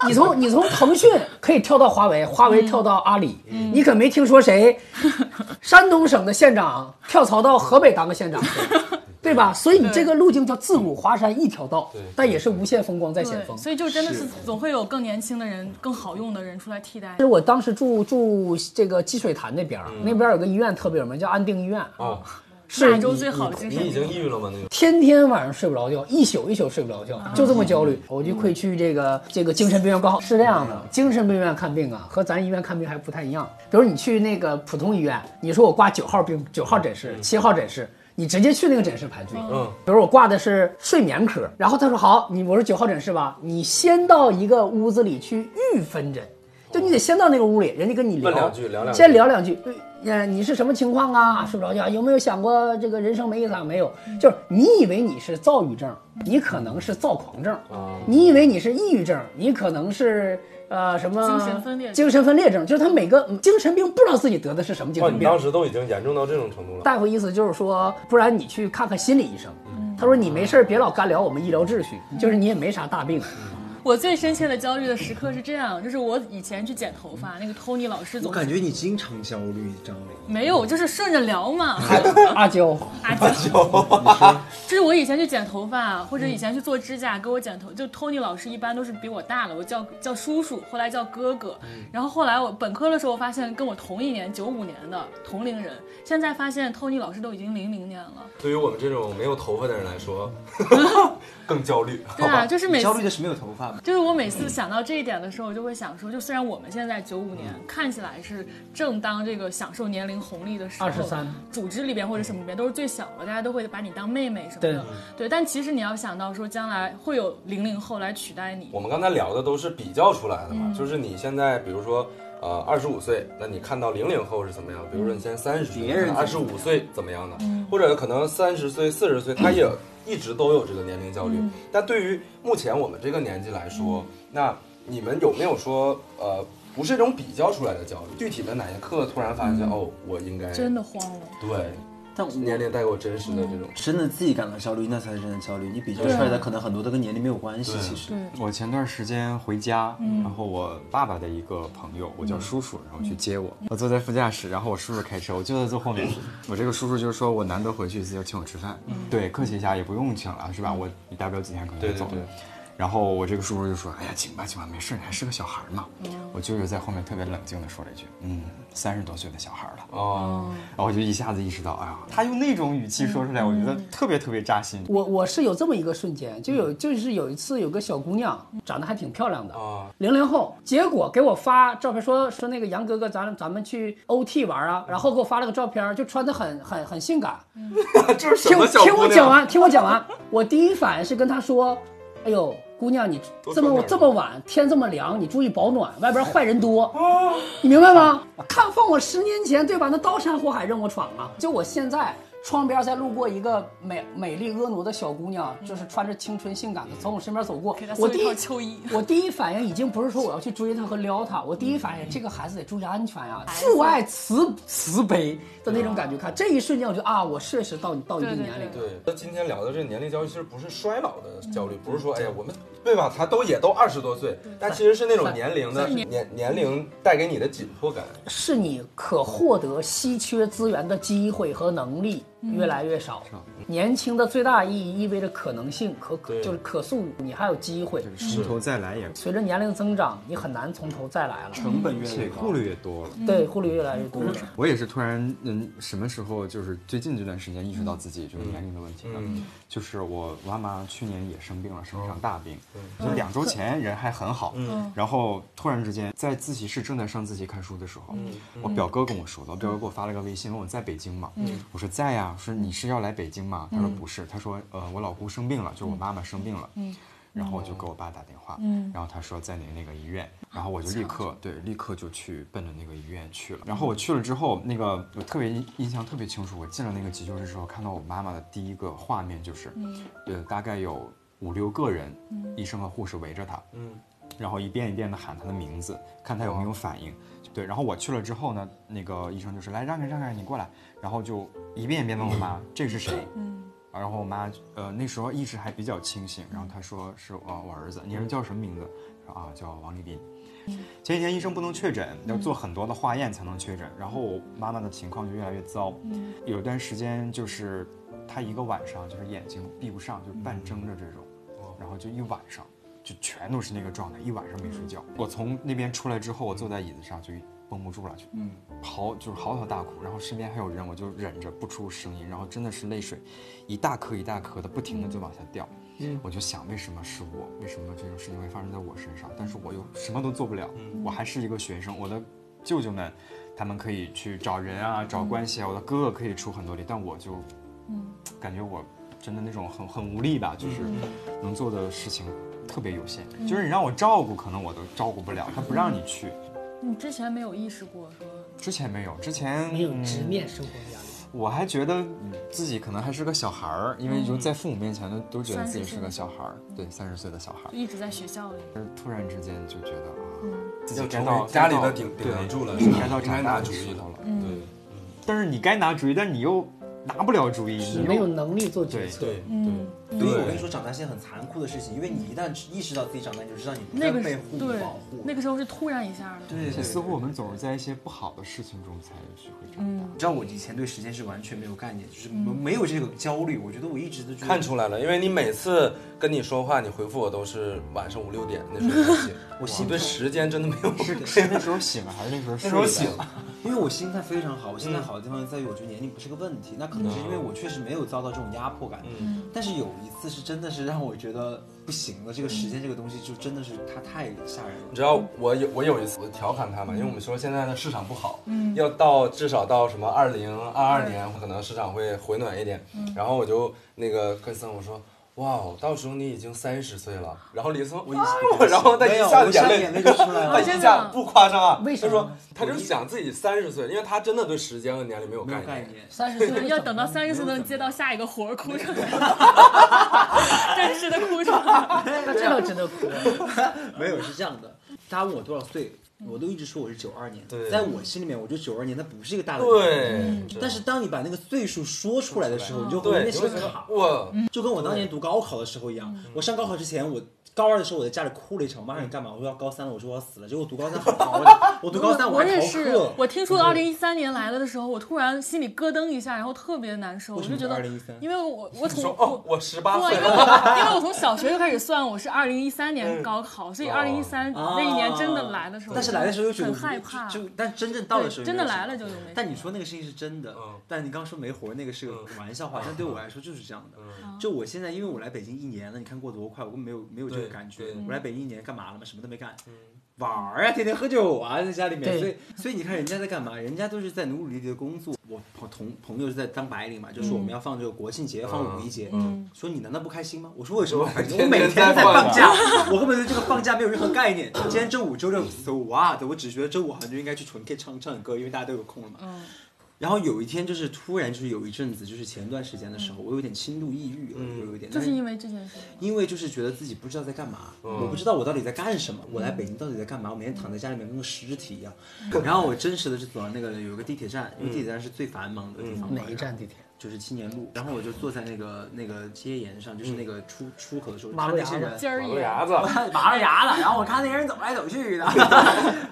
S1: 你从你从腾讯可以跳到华为，华
S3: 嗯
S1: 为跳到阿里，你可没听说谁山东省的县长跳槽到河北当个县长去，对吧？所以你这个路径叫自古华山一条道
S2: 对，
S1: 但也是无限风光在前
S3: 对，
S1: 方。
S3: 所以就真的是总会有更年轻的人、更好用的人出来替代
S1: 其。实我当时住住这个积水潭那边儿，那边儿有个医院特别有名，叫安定医院，
S2: 嗯哦，
S1: 是
S3: 亚洲最好的精
S2: 你
S3: 神
S2: 已经
S3: 病。
S2: 抑郁了吗？那个
S1: 天天晚上睡不着觉，一宿一宿睡不着觉，就这么焦虑。我就会去这个这个精神病院挂号。是这样的，精神病院看病啊，和咱医院看病还不太一样。比如你去那个普通医院，你说我挂九号病九号诊室、七号诊室。你直接去那个诊室排队，
S2: 嗯，
S1: 比如我挂的是睡眠科，然后他说好，你我说九号诊室吧，你先到一个屋子里去预分诊，就你得先到那个屋里，人家跟你聊
S2: 问两句聊两句
S1: 先聊两句，对，呃，你是什么情况啊？睡不着觉，有没有想过这个人生没意思啊？没有，
S3: 嗯
S1: 就是你以为你是躁郁症，你可能是躁狂症；
S2: 啊，
S1: 你以为你是抑郁症，你可能是呃什么
S3: 精神分裂症
S1: 精神分裂症，就是他每个嗯精神病不知道自己得的是什么精
S2: 哇，
S1: 神
S2: 哦你
S1: 病
S2: 当。时都已经严重到这种程度了。
S1: 大夫意思就是说，不然你去看看心理医生。
S3: 嗯
S1: 他说你没事儿别老干聊我们医疗秩序，就是你也没啥大病。
S3: 我最深切的焦虑的时刻是这样，就是我以前去剪头发，那个 Tony 老师
S4: 我
S3: 总
S4: 感觉你经常焦虑，张 磊。
S3: 没有，就是顺着聊嘛。
S2: 嗯
S1: 阿娇，
S3: 阿娇，就是我以前去剪头发，啊或
S4: 嗯
S3: 者以前去做指甲，给我剪头，就 Tony 老师一般都是比我大了，我叫叫叔叔，后来叫哥哥。
S4: 嗯
S3: 然后后来我本科的时候发现，跟我同一年九五年的同龄人，现在发现 Tony 老师都已经零零年了。
S2: 对于我们这种没有头发的人来 说，更焦虑。
S3: 对啊，就是
S4: 你
S3: 每次
S4: 焦虑的嗯是没有头发吗？
S3: 就是我每次想到这一点的时候，我就会想说，就虽然我们现在九五年
S4: 嗯
S3: 看起来是正当这个享受年龄红利的时候，
S1: 23
S3: 组织里边或者什么里边都是最小的，大家都会把你当妹妹什么的，对但其实你要想到说，将来会有零零后来取代你
S2: 我，们刚才聊的都是比较出来的
S3: 嗯
S2: 嘛，就是你现在比如说。呃，二十五岁，那你看到零零后是怎么样？比如说你现在三十岁，
S4: 别人
S2: 二十五岁怎么样的？
S3: 嗯
S2: 或者可能三十岁、四十岁，他也一直都有这个年龄焦虑。
S3: 嗯
S2: 但对于目前我们这个年纪来说，那你们有没有说，呃，不是一种比较出来的焦虑？具体的哪一刻突然发现，哦，我应该
S3: 嗯真的慌了。
S2: 对
S4: 但我
S2: 年龄带给我真实的这种，
S4: 真的自己感到焦虑，那才是真的焦虑。你比较出来的可能很多都跟年龄没有关系，其实。
S5: 我前段时间回家，
S2: 嗯
S5: 然后我爸爸的一个朋友，我叫叔叔，然后去接我。我坐在副驾驶，然后我叔叔开车，我就在坐后
S2: 嗯
S5: 面。我这个叔叔就是说我难得回去一次，就请我吃饭，对，客气一下也不用请了，是吧？我你待不了几天可
S2: 嗯
S5: 能
S2: 对
S5: 就
S2: 对
S5: 走了。
S2: 对
S5: 然后我这个叔叔就说：“哎呀，请吧，请吧，没事儿，你还是个小孩儿嘛。”
S2: 嗯
S5: 我舅舅在后面特别冷静的说了一句：“嗯，三十多岁的小孩儿了。”
S2: 哦，嗯
S5: 然后我就一下子意识到，哎呀，他用那种语气说出来，我觉得特别特别扎心。
S1: 我我是有这么一个瞬间，就
S2: 嗯
S1: 有就是有一次有个小姑娘长得还挺漂亮的，
S2: 啊，
S1: 零零后，结果给我发照片说说那个杨哥哥咱，咱们去 OT 玩
S2: 嗯
S1: 啊，然后给我发了个照片，就穿的很很很性感。
S2: 这是什
S1: 听
S2: 么小
S1: 听
S2: 姑
S1: 我讲
S2: 娘？
S1: 完，听我讲完，我第一反应是跟他说，哎呦，姑娘你
S2: 多
S1: 这
S2: 穿
S1: 么
S2: 点儿
S1: 这么晚，天这么凉，你注意保暖，外边坏人 多，你明白吗？看放我十年前对吧？那刀山火海任我闯啊！就我现在。窗边再路过一个美美丽婀娜的小姑娘，就是穿着青春性感的从我身边走过
S3: 嗯给他，
S1: 我
S3: 送
S1: 第
S3: 一
S1: 一
S3: 套秋衣，
S1: 我第一反应已经不是说我要去追他和撩他，我第一
S3: 嗯
S1: 反应这个孩子得注意安全呀、父爱慈慈悲的那种感觉。看这一瞬间，我觉得啊，我确实到到一定
S3: 对对
S1: 年龄了。
S2: 对，那今天聊的这个年龄焦虑，其实不是衰老的焦虑，不是说哎呀我们对吧？他都也都二十多岁，但其实是那种年龄的年年龄带给你的紧迫感。
S1: 嗯是你可获得稀缺资源的机会和能力，啊越来越少。年轻的最大意义意味着可能性可可就是可塑，你还有机会。
S5: 从头再来
S2: 嗯
S5: 也
S1: 随着年龄增长，你很难从头再来了。
S4: 成本越来
S5: 且
S4: 越
S5: 顾
S4: 高。
S5: 虑也多了。
S1: 对，顾虑越来越多了。
S5: 我也是突然，嗯，什么时候就是最近这段时间意识到自己这个年龄的问题了。就是我妈妈去年也生病了，生了场大病，就两周前人还很好，然后突然之间在自习室正在上自习看书的时候，我表哥跟我说的，我表哥给我发了个微信问我在北京吗？我说在呀，我说你是要来北京吗？他说不是，他说呃我老姑生病了，就是我妈妈生病了。然后我就给我爸打电话，然后他说在哪那个医院，然后我就立刻对立刻就去奔着那个医院去了。然后我去了之后，那个我特别印印象特别清楚，我进了那个急救室之后，看到我妈妈的第一个画面就是，呃，大概有五六个人，医生和护士围着她，
S2: 嗯
S5: 然后一遍一遍的喊她的名字，看她有没有反应。对，然后我去了之后呢，那个医生就是来让开让开，你过来，然后就一遍一遍问我妈这是谁，然后我妈呃那时候意识还比较清醒，然后她说是我、我儿子，你儿子叫什么名字？说啊叫王立斌。前几天医生不能确诊，要做很多的化验才能确诊。然后我妈妈的情况就越来越糟，有一段时间就是她一个晚上就是眼睛闭不上，就半睁着这种，然后就一晚上就全都是那个状态，一晚上没睡觉。我从那边出来之后，我坐在椅子上就绷不住了，就嚎就是嚎啕大哭，然后身边还有人，我就忍着不出声音，然后真的是泪水一大颗一大颗的不停的就往下掉。
S1: 嗯
S5: 我就想为什么是我，为什么这种事情会发生在我身上？但是我又什么都做不了，
S1: 嗯
S5: 我还是一个学生，我的舅舅们，他们可以去找人啊，
S1: 嗯
S5: 找关系啊，我的哥哥可以出很多力，但我就，感觉我真的那种很很无力吧，
S1: 嗯
S5: 就是能做的事情特别有限，就是你让我照顾，可能我都照顾不了，他不让你去。
S3: 你嗯之前没有意识过说，
S5: 之前没有，之前
S1: 没有直
S5: 嗯
S1: 面生活的压力。
S5: 我还觉得嗯自己可能还是个小孩儿，因为
S1: 嗯
S5: 就在父母面前都都觉得自己是个小孩儿，对，三十岁的小孩儿
S1: 嗯
S3: 就。一直在学校里。
S5: 但是突然之间就觉得啊，自
S2: 要
S5: 己该
S2: 成
S5: 到
S2: 为家里
S5: 该到
S2: 的顶顶梁柱了，
S5: 对，该到
S2: 应该
S5: 长
S2: 拿
S5: 大
S2: 主
S5: 的
S2: 意
S5: 时
S2: 了
S5: 候了。。
S2: 对
S5: 但是你该拿主意，但是你又拿不了主意，
S1: 嗯你
S5: 你
S1: 没有
S5: 又
S1: 能力做决
S5: 对
S1: 策，
S2: 对
S3: 嗯，
S4: 所以我跟你说，长大是件很残酷的事情，因为你一旦意识到自己长大，你就知道你不
S3: 那
S4: 再
S3: 个
S4: 被
S3: 是
S4: 护
S3: 对
S4: 保护。，
S3: 那个时候是突然一下的。
S4: 对，对
S5: 似乎我们总是在一些不好的事情中才学会长
S1: 嗯
S5: 大。
S4: 你知道我以前对时间是完全没有概念，就是没没有这个焦虑。我觉得我一直都觉得
S2: 看出来了，因为你每次跟你说话，你回复我都是晚上五六点那时 候才醒，
S4: 我
S2: 你
S4: 心
S2: 对
S4: 态，
S2: 时间真的没有
S5: 是是那时候醒了还 是那时候
S2: 那
S5: 睡的？
S2: 时候醒
S4: 因为我心态非常好。我心
S2: 嗯
S4: 态好的地方在于，我觉得年龄不是个问题。那可能是因为我确实没有遭到这种压迫感。
S2: 嗯
S4: 但是有一次是真的是让我觉得不行了，这个时
S2: 嗯
S4: 间这个东西就真的是它太吓人了
S2: 你。知道我有我有一次我调侃他们，因为我们说现在的市场不好，
S1: 嗯
S2: 要到至少到什么二零二二年，可能市场会回暖一点。
S1: 嗯
S2: 然后我就那个跟森我说。哇，哦到时候你已经三十岁了，然后李森，我一、
S1: 哦
S2: 我 然后他
S4: 没
S2: 一
S4: 有
S2: 下
S4: 我
S2: 子
S4: 下
S2: 泪，
S4: 眼泪就出来了
S2: 他一下不夸张啊，
S1: 为什么
S2: 他说他就想自己三十岁，因为他真的对时间和年龄没有
S4: 没
S2: 概
S4: 有
S2: 念。
S4: 概念。
S1: 三十岁
S3: 要等到三十岁能接到下一个活儿，哭出来，真实的哭出来。
S1: 那这倒值得哭。
S4: 没有，是这样的，大家问我多少岁，我都一直说我是九二年。
S2: 对
S4: 在我心里面，我觉得九二年它不是一个大的年龄。
S2: 对，
S4: 但是当你把那个岁数说出来的时候，你就会
S2: 对，
S4: 那
S2: 你会
S4: 些
S2: 觉得
S4: 卡，
S2: 哇，
S4: 就跟我当年读高考的时候一样。
S3: 嗯
S4: 我上高考之前，我高二的时候我在家里哭了一场，我妈让你干嘛？我说要高三了，我说我要死了。结果读高三好好的，我读高三
S3: 我
S4: 还
S3: 也
S4: 逃
S3: 是
S4: 课，。
S3: 我听说二零一三年来了的时候，我突然心里咯噔一下，然后特别难受，我
S4: 什么
S3: 就觉得
S4: 2013，
S3: 因为我我从
S2: 说
S3: 我
S2: 哦，我十八岁
S3: 对，因为
S2: 了，
S3: 我因为我从小学就开始算，我是二零一三年高考，所以二零一三
S4: 嗯啊
S3: 那一年真的来的时候，
S4: 但是来的时候又觉得
S3: 很害怕，
S4: 就就但真正到的时候
S3: 对真的来
S4: 了。
S3: 了就有没。
S4: 但你说那个事情是真的，
S2: 嗯
S4: 但你刚说没活儿那个是个玩笑话，但对我来说就是这样的。
S2: 嗯
S4: 就我现在，因为我来北京一年了，你看过多快，我根本没有没有这个
S2: 对
S4: 感觉
S2: 对。嗯
S4: 我来北京一年干嘛了吗？什么都没干，玩儿啊，天天喝酒啊，在家里面。
S1: 对
S4: 所以所以你看人家在干嘛？人家都是在努努力力的工作。我朋同朋友是在当白领嘛，就说我们要放这个国庆节，放五
S2: 嗯
S4: 一节。说你难道不开心吗？我说为什么？反正我每天在放假，我根本对这个放假没有任何概念。今天周五、周六，so what？我只觉得周五好像就应该去纯 K 唱唱歌，因为大家都有空了嘛。然后有一天就是突然就是有一阵子就是前段时间的时候，我有点轻度抑郁了，就有一点，
S3: 就是
S4: 但
S3: 因为这件事，
S4: 因为就是觉得自己不知道在干嘛，我不知道我到底在干什么，我来北京到底在干嘛？我每天躺在家里面跟个尸体一嗯样。然后我真实的就走到那个有一个地铁站，因为地铁站是最繁忙的地方嘛，
S1: 哪一站地铁？
S4: 就是青年路，然后我就坐在那个那个街沿上，就是那个出出口的时候，
S1: 马路
S4: 看
S1: 牙
S4: 那些
S1: 子
S4: 人
S3: 尖儿
S2: 马路
S3: 眼，
S2: 牙子，
S4: 拔着牙了，然后我看那些人走来走去的，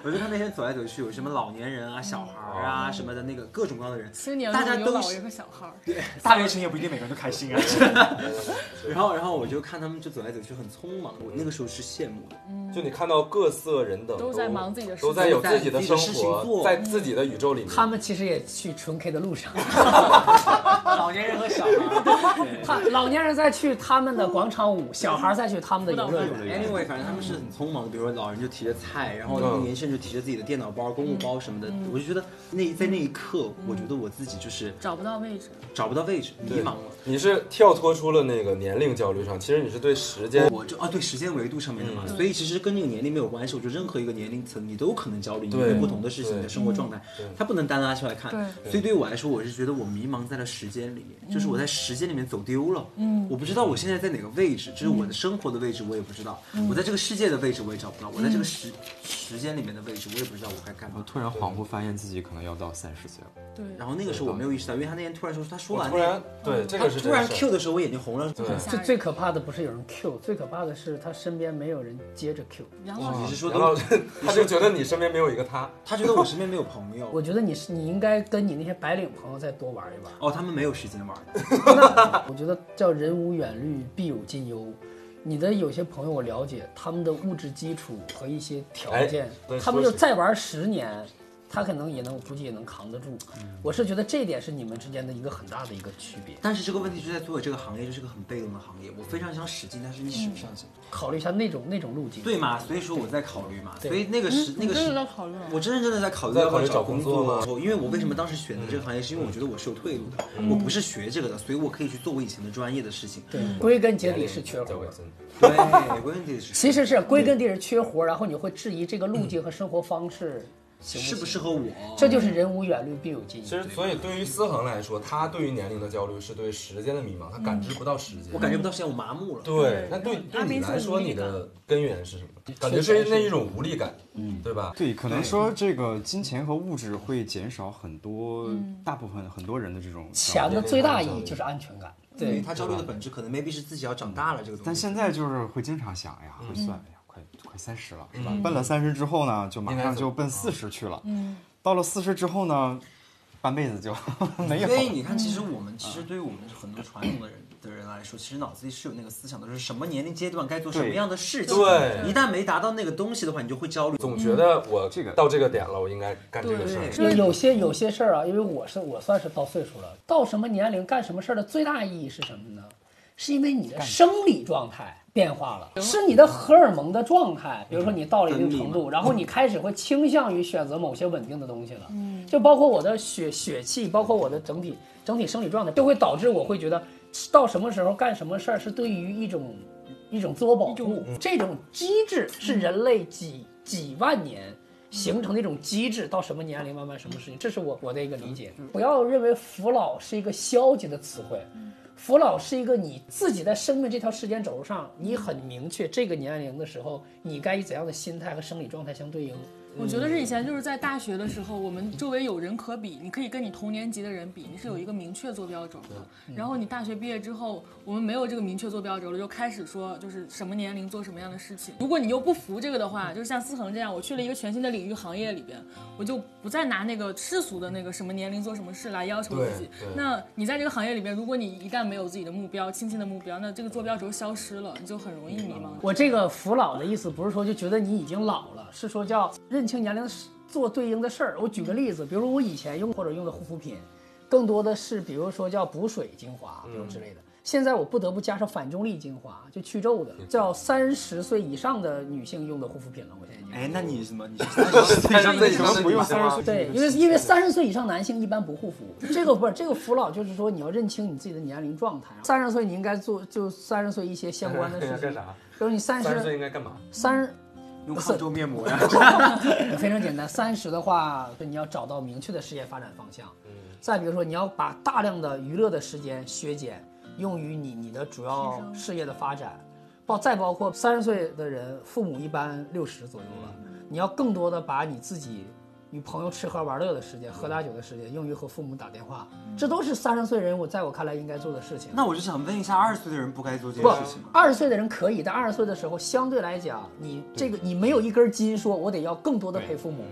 S4: 我就看那些人走来走去，有什么老年人啊、小孩儿啊什么的，那个各种各样的人，
S3: 青年
S4: 大家
S3: 路有
S4: 都
S3: 老
S4: 是
S3: 有个小孩儿，
S4: 大学生也不一定每个人都开心啊。然后，然后我就看他们就走来走去，很匆忙。我那个时候是羡慕的，
S2: 就你看到各色人等
S3: 都在忙自己的事情
S2: 都在有自己的生
S4: 自己的事情
S2: 活，
S4: 做嗯
S2: 在自己的宇宙里面。
S1: 他们其实也去纯 K 的路上，
S4: 老年人和小 孩。
S1: 他老年人在去他们的广场舞，小孩在去他们的游乐园。
S4: Anyway，反正他们是很匆忙的，比如说老人就提着菜，然后
S2: 嗯
S4: 年轻人就提着自己的电脑包、公务包什么的。我就觉得那在那一刻，我觉得我自己就是
S3: 找不到位置，
S4: 找不到位置，迷茫了。
S2: 你是跳脱出了那个年龄焦虑上，其实你是对时间
S4: 我就啊，对时间维度上面的嘛，
S2: 嗯
S4: 所以其实跟这个年龄没有关系。我觉得任何一个年龄层，你都可能焦虑，因
S2: 对
S4: 为不同的事情，你的
S2: 对
S4: 生活状态，它不能单拉出来看。
S3: 对
S4: 所以对于我来说，我是觉得我迷茫在了时间里面，就是我在时间里面走丢了。嗯，我不知道我现在在哪个位置，就是我的生活的位置，我也不知道。我在这个世界的位置我也找不到，我在这个时时间里面的位置我也不知道我该干
S5: 我
S4: 嘛。
S5: 突然恍惚发现自己可能要到三十岁了。
S3: 对，
S4: 然后那个时候我没有意识到，因为他那天突然说，他说
S2: 我
S4: 完
S2: 突
S4: 那
S2: 然
S4: 个，
S2: 对这
S4: 他
S2: 个是
S4: 突然
S2: 真事
S4: Q 的时候，我眼睛红了。
S2: 对
S1: 最最可怕的不是有人 Q，最可怕的是他身边没有人接着 Q。
S3: 杨老
S4: 你
S3: 师
S4: 是说
S2: 杨老师， 他就觉得你身边没有一个他，
S4: 他觉得我身边没有朋友
S1: 我？觉得你是你应该跟你那些白领朋友再多玩一玩。
S4: 哦，他们没有时间玩。
S1: 我觉得叫人无远虑，必有近忧。你的有些朋友我了解，他们的物质基础和一些条件
S2: 哎，对
S1: 他们
S2: 说
S1: 就是再玩十年，他可能也能，我估计也能扛得住。我是觉得这一点是你们之间的一个很大的一个区别。
S4: 但是这个问题就在做这个行业就是个很被动的行业，我非常想使劲，但是你使不上劲，
S1: 考虑一下那种那种路径。
S4: 对嘛？所以说我在考虑嘛，
S1: 对
S4: 所以那个时那
S3: 你
S4: 个
S3: 真的在
S4: 时。
S3: 考虑了吗
S4: 我真认真的在考虑
S2: 在
S4: 要不
S2: 考
S4: 要
S2: 虑
S4: 找
S2: 找工
S4: 作
S2: 作吗
S4: 的时候因为我
S1: 嗯
S4: 为什么当时选择这个行业，是因为我觉得我是有退路的，我不是学这个的，所以我可以去做我以前的专业的事情。
S1: 对，归根结底是缺
S4: 嗯
S1: 活
S2: 对
S1: 儿。
S4: 对，问题是
S1: 其实是归根结底是缺活儿，然后你会质疑这个路径和生活方式行不
S4: 适
S1: 行
S4: 不适合我？
S1: 这就是人无远虑，必有近忧。
S2: 其实，所以对于思恒来说，他对于年龄的焦虑是对时间的迷茫，他感
S3: 嗯
S2: 知不到时间。
S4: 我感觉不到时间，我麻木了。
S2: 对，那对对
S3: 阿
S2: 你
S3: 斌是
S2: 来说，
S3: 无力
S2: 你
S3: 感
S2: 的根源是什么？感觉是那一种无力感，嗯，对吧？
S5: 对，可能说这个金钱和物质会减少很多，大部分很多人的这种想
S1: 钱
S5: 法。
S1: 的最大意义就是安全感。
S4: 因为
S1: 对，
S4: 他焦虑的本质可能 maybe 是自己要长大了这个东
S5: 但
S4: 西。
S5: 现在就是会经常想，哎呀，会算，哎呀，快快三十了，是吧？奔了三十之后呢，就马上嗯就奔四十去了。嗯，到了四十之后呢，半辈子就 没有
S4: 因。为你看，其实我们其实对于我们很多传统的人的人来说，其实脑子里是有那个思想的，就是什么年龄阶段该做什么样的事情。
S2: 对
S4: 一旦没达到那个东西的话，你就会焦虑。
S2: 总觉得
S3: 嗯
S2: 我
S5: 这个
S2: 到这个点了，我应该干这个事儿。
S1: 有有些有些事儿啊，因为我是我算是到岁数了，到什么年龄干什么事儿的最大意义是什么呢？是因为你的生理状态变化了，是你的荷尔蒙的状态。比如说你到了一定程度，然后你开始会倾向于选择某些稳定的东西了。嗯，就包括我的血血气，包括我的整体整体生理状态，就会导致我会觉得到什么时候干什么事儿是对于一种一种自我保护，这种嗯机制是人类几几万年形成的一种机制，到什么年龄慢慢什么事情，这是我我的一个理解。不要认为扶老是一个消极的词汇，扶老是一个你自己在生命这条时间轴上，你很明确这个年龄的时候，你该以怎样的心态和生理状态相对应。
S3: 我觉得
S1: 嗯
S3: 是以前就是在大学的时候，我们周围有人可比，你可以跟你同年级的人比，你是有一个明确坐标轴
S1: 嗯
S3: 的。然后你大学毕业之后，我们没有这个明确坐标轴了，就开始说就是什么年龄做什么样的事情。如果你又不服这个的话，就是像思恒这样，我去了一个全新的领域行业里边，我就不再拿那个世俗的那个什么年龄做什么事来要求自己
S2: 对对。
S3: 那你在这个行业里边，如果你一旦没有自己的目标、清晰的目标，那这个坐标轴消失了，你就很容易迷茫。
S1: 我这个扶老的意思不是说就觉得你已经老了，是说叫认清年龄，做对应的事儿。我举个例子，比如说我以前用或者用的护肤品，更多的是比如说叫补水精华，比如之类的。现在我不得不加上反重力精华，就去皱的，叫三十岁以上的女性用的护肤品了。我现在已经。
S4: 哎，那你什么？你
S2: 但是
S4: 为
S2: 为
S4: 什
S2: 什
S4: 么
S2: 么
S5: 不用
S2: 三
S5: 三
S2: 十
S5: 十岁？
S1: 对，因为因为三十岁以上男性一般不护肤，这个不是这个扶老，就是说你要认清你自己的年龄状态。啊三十岁你应该做就三十岁一些相关 的事
S2: 干
S1: 情，
S2: 啊
S1: 比如
S2: 干啥？
S1: 你三
S2: 三十岁
S1: 十
S2: 应该干嘛？
S1: 三十
S4: 用抗皱面膜呀？
S1: 非常简单，三十的话，就你要找到明确的事业发展方向。再比如说，你要把大量的娱乐的时间削减，用于你你的主要事业的发展。包再包括三十岁的人，父母一般六十左右了，你要更多的把你自己与朋友吃喝玩乐的时间、喝大酒的时间，用于和父母打电话，这都是三十岁人我在我看来应该做的事情。
S4: 那我就想问一下，二十岁的人不该做这
S1: 不
S4: 件事情吗？，
S1: 啊二十岁的人可以，但二十岁的时候，相对来讲，你这个你没有一根筋，说我得要更多的陪父母。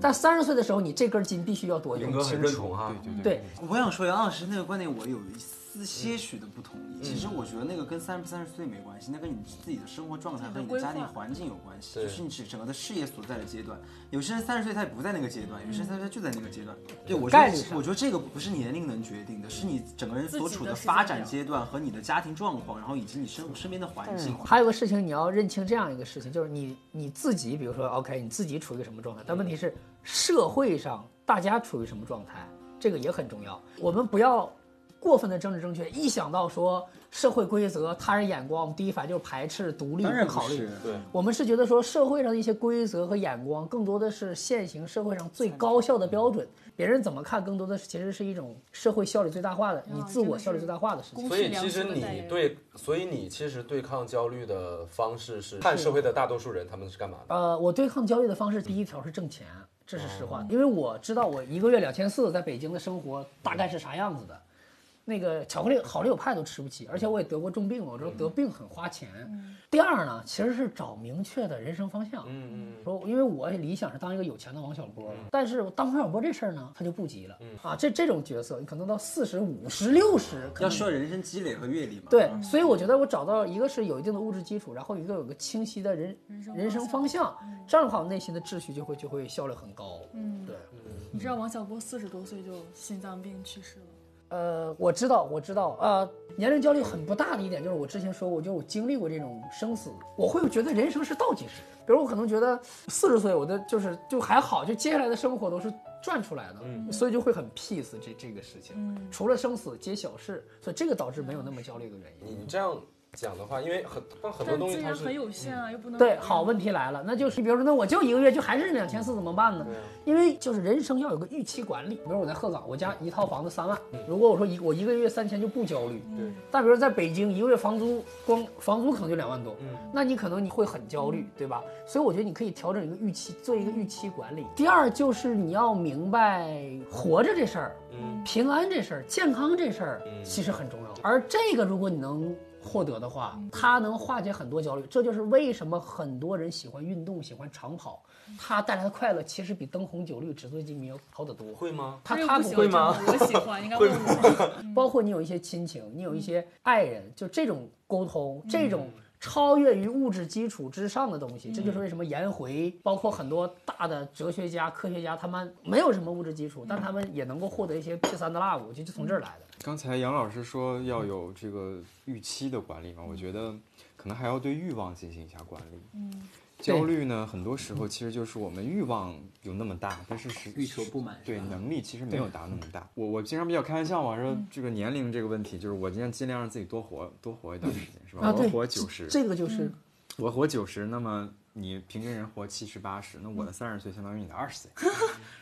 S1: 但三十岁的时候，你这根筋必须要多
S2: 林
S1: 用
S2: 哥。很
S5: 清
S2: 认
S5: 楚
S2: 同哈，
S5: 对
S3: 嗯
S5: 对
S1: 对，
S4: 我想说，杨老师那个观点，我有一丝些许的不同意。其实我觉得那个跟三十三十岁没关系，那跟你自己的生活状态和你的家庭环境有关系，
S2: 对
S4: 就是你整个的事业所在的阶段。有些人三十岁他也不在那个阶段，有些人三十岁就在那个阶段。对我觉
S1: 概率
S4: 得，
S1: 上
S4: 我觉得这个不是年龄能决定的，是你整个人所处
S3: 自己的时间
S4: 发展阶段和你的家庭状况，然后以及你身身边的环境。
S3: 嗯
S1: 还有个事情你要认清这样一个事情，就是你你自己，比如说 OK，你自己处于一个什么状态，但问题是社会上大家处于什么状态，这个也很重要。我们不要过分的政治正确，一想到说社会规则、他人眼光，我们第一反应就是排斥、独立、
S4: 当然不
S1: 考虑
S4: 是。，
S2: 对
S1: 我们是觉得说社会上的一些规则和眼光，更多的是现行社会上最高效的标准。别人怎么看，更多的是其实是一种社会效率最大化的，你自我效率最大化的事情。
S2: 所以其实你对，所以你其实对抗焦虑的方式是看社会的大多数人他们是干嘛的？
S1: 呃，我对抗焦虑的方式，第一条是挣钱，这是实话，因为我知道我一个月两千四在北京的生活大概是啥样子的。那个巧克力好丽友派都吃不起，而且我也得过重病嘛，我知道得病很花钱。第二呢，其实是找明确的人生方向。
S2: 嗯嗯
S1: 说，因为我理想是当一个有钱的王小波，但是当王小波这事儿呢，他就不急了。啊，这这种角色，你可能到四十五、十六十，可
S4: 要
S1: 能
S4: 需要人生积累和阅历嘛。
S1: 对，所以我觉得我找到一个是有一定的物质基础，然后一个有个清晰的人人生方向，嗯这样的话我内心的秩序就会就会效率很高。
S3: 嗯，
S1: 对，
S3: 你知道王小波四十多岁就心脏病去世了。
S1: 呃，我知道，我知道，呃，年龄焦虑很不大的一点就是我之前说过，就是我经历过这种生死，我会觉得人生是倒计时。比如我可能觉得四十岁，我的就是就还好，就接下来的生活都是赚出来的，所以就会很 peace 这这个事
S3: 嗯
S1: 情。除了生死皆小事，所以这个导致没有那么焦虑的原因。
S2: 你这样讲的话，因为很但很多
S3: 但
S2: 东
S3: 资
S2: 西它
S3: 源很
S2: 是
S3: 有限啊，又不能
S1: 对，好问题来了，那就是比如说，那我就一个月就还是两千四，怎么办呢？因为就是人生要有个预期管理。比如我在鹤岗，我家一套房子三万，如果我说一我一个月三千就不焦虑，嗯
S2: 对。
S1: 但比如在北京，一个月房租光房租可能就两万多，那你可能你会很焦虑，对吧？所以我觉得你可以调整一个预期，做一个预期管理。第二就是你要明白活着这事儿，平安这事儿，健康这事儿
S3: 嗯
S1: 其实很重要。而这个如果你能获得的话，
S3: 嗯
S1: 它能化解很多焦虑。这就是为什么很多人喜欢运动，喜欢长跑，
S3: 嗯
S1: 它带来的快乐其实比灯红酒绿、纸醉金迷要好得多。
S2: 会吗？
S1: 他
S3: 又
S1: 他
S3: 不
S1: 不
S3: 喜
S1: 会
S3: 欢吗？我喜欢，应该问我。
S1: 包括你有一些亲情，你有一些爱人，就这种沟通，这种
S3: 嗯
S1: 超越于物质基础之上的东西，这就是为什么颜回，包括很多大的哲学家、科学家，他们没有什么物质基
S3: 嗯
S1: 础，但他们也能够获得一些 P 三的 love，我觉得就从这儿来的。
S5: 刚才杨老师说要
S1: 嗯
S5: 有这个预期的管理嘛，我觉得可能还要对欲望进行一下管理。嗯，焦虑呢，很多时候其实就是我们欲望有那么大，但是实
S4: 欲求不满
S5: 对
S4: 是吧
S5: 能力其实没有达那么大。我我经常比较开玩笑嘛，
S1: 嗯
S5: 说这个年龄这个问题，就是我尽量尽量让自己多活多活一段时间，是吧？
S1: 啊
S5: 我
S1: 对
S5: 要活九十，
S1: 这个
S4: 嗯
S1: 就是
S5: 我活九十，那么你平均人活七十八十，那
S1: 嗯
S5: 我的三十岁相当于你的二 十岁，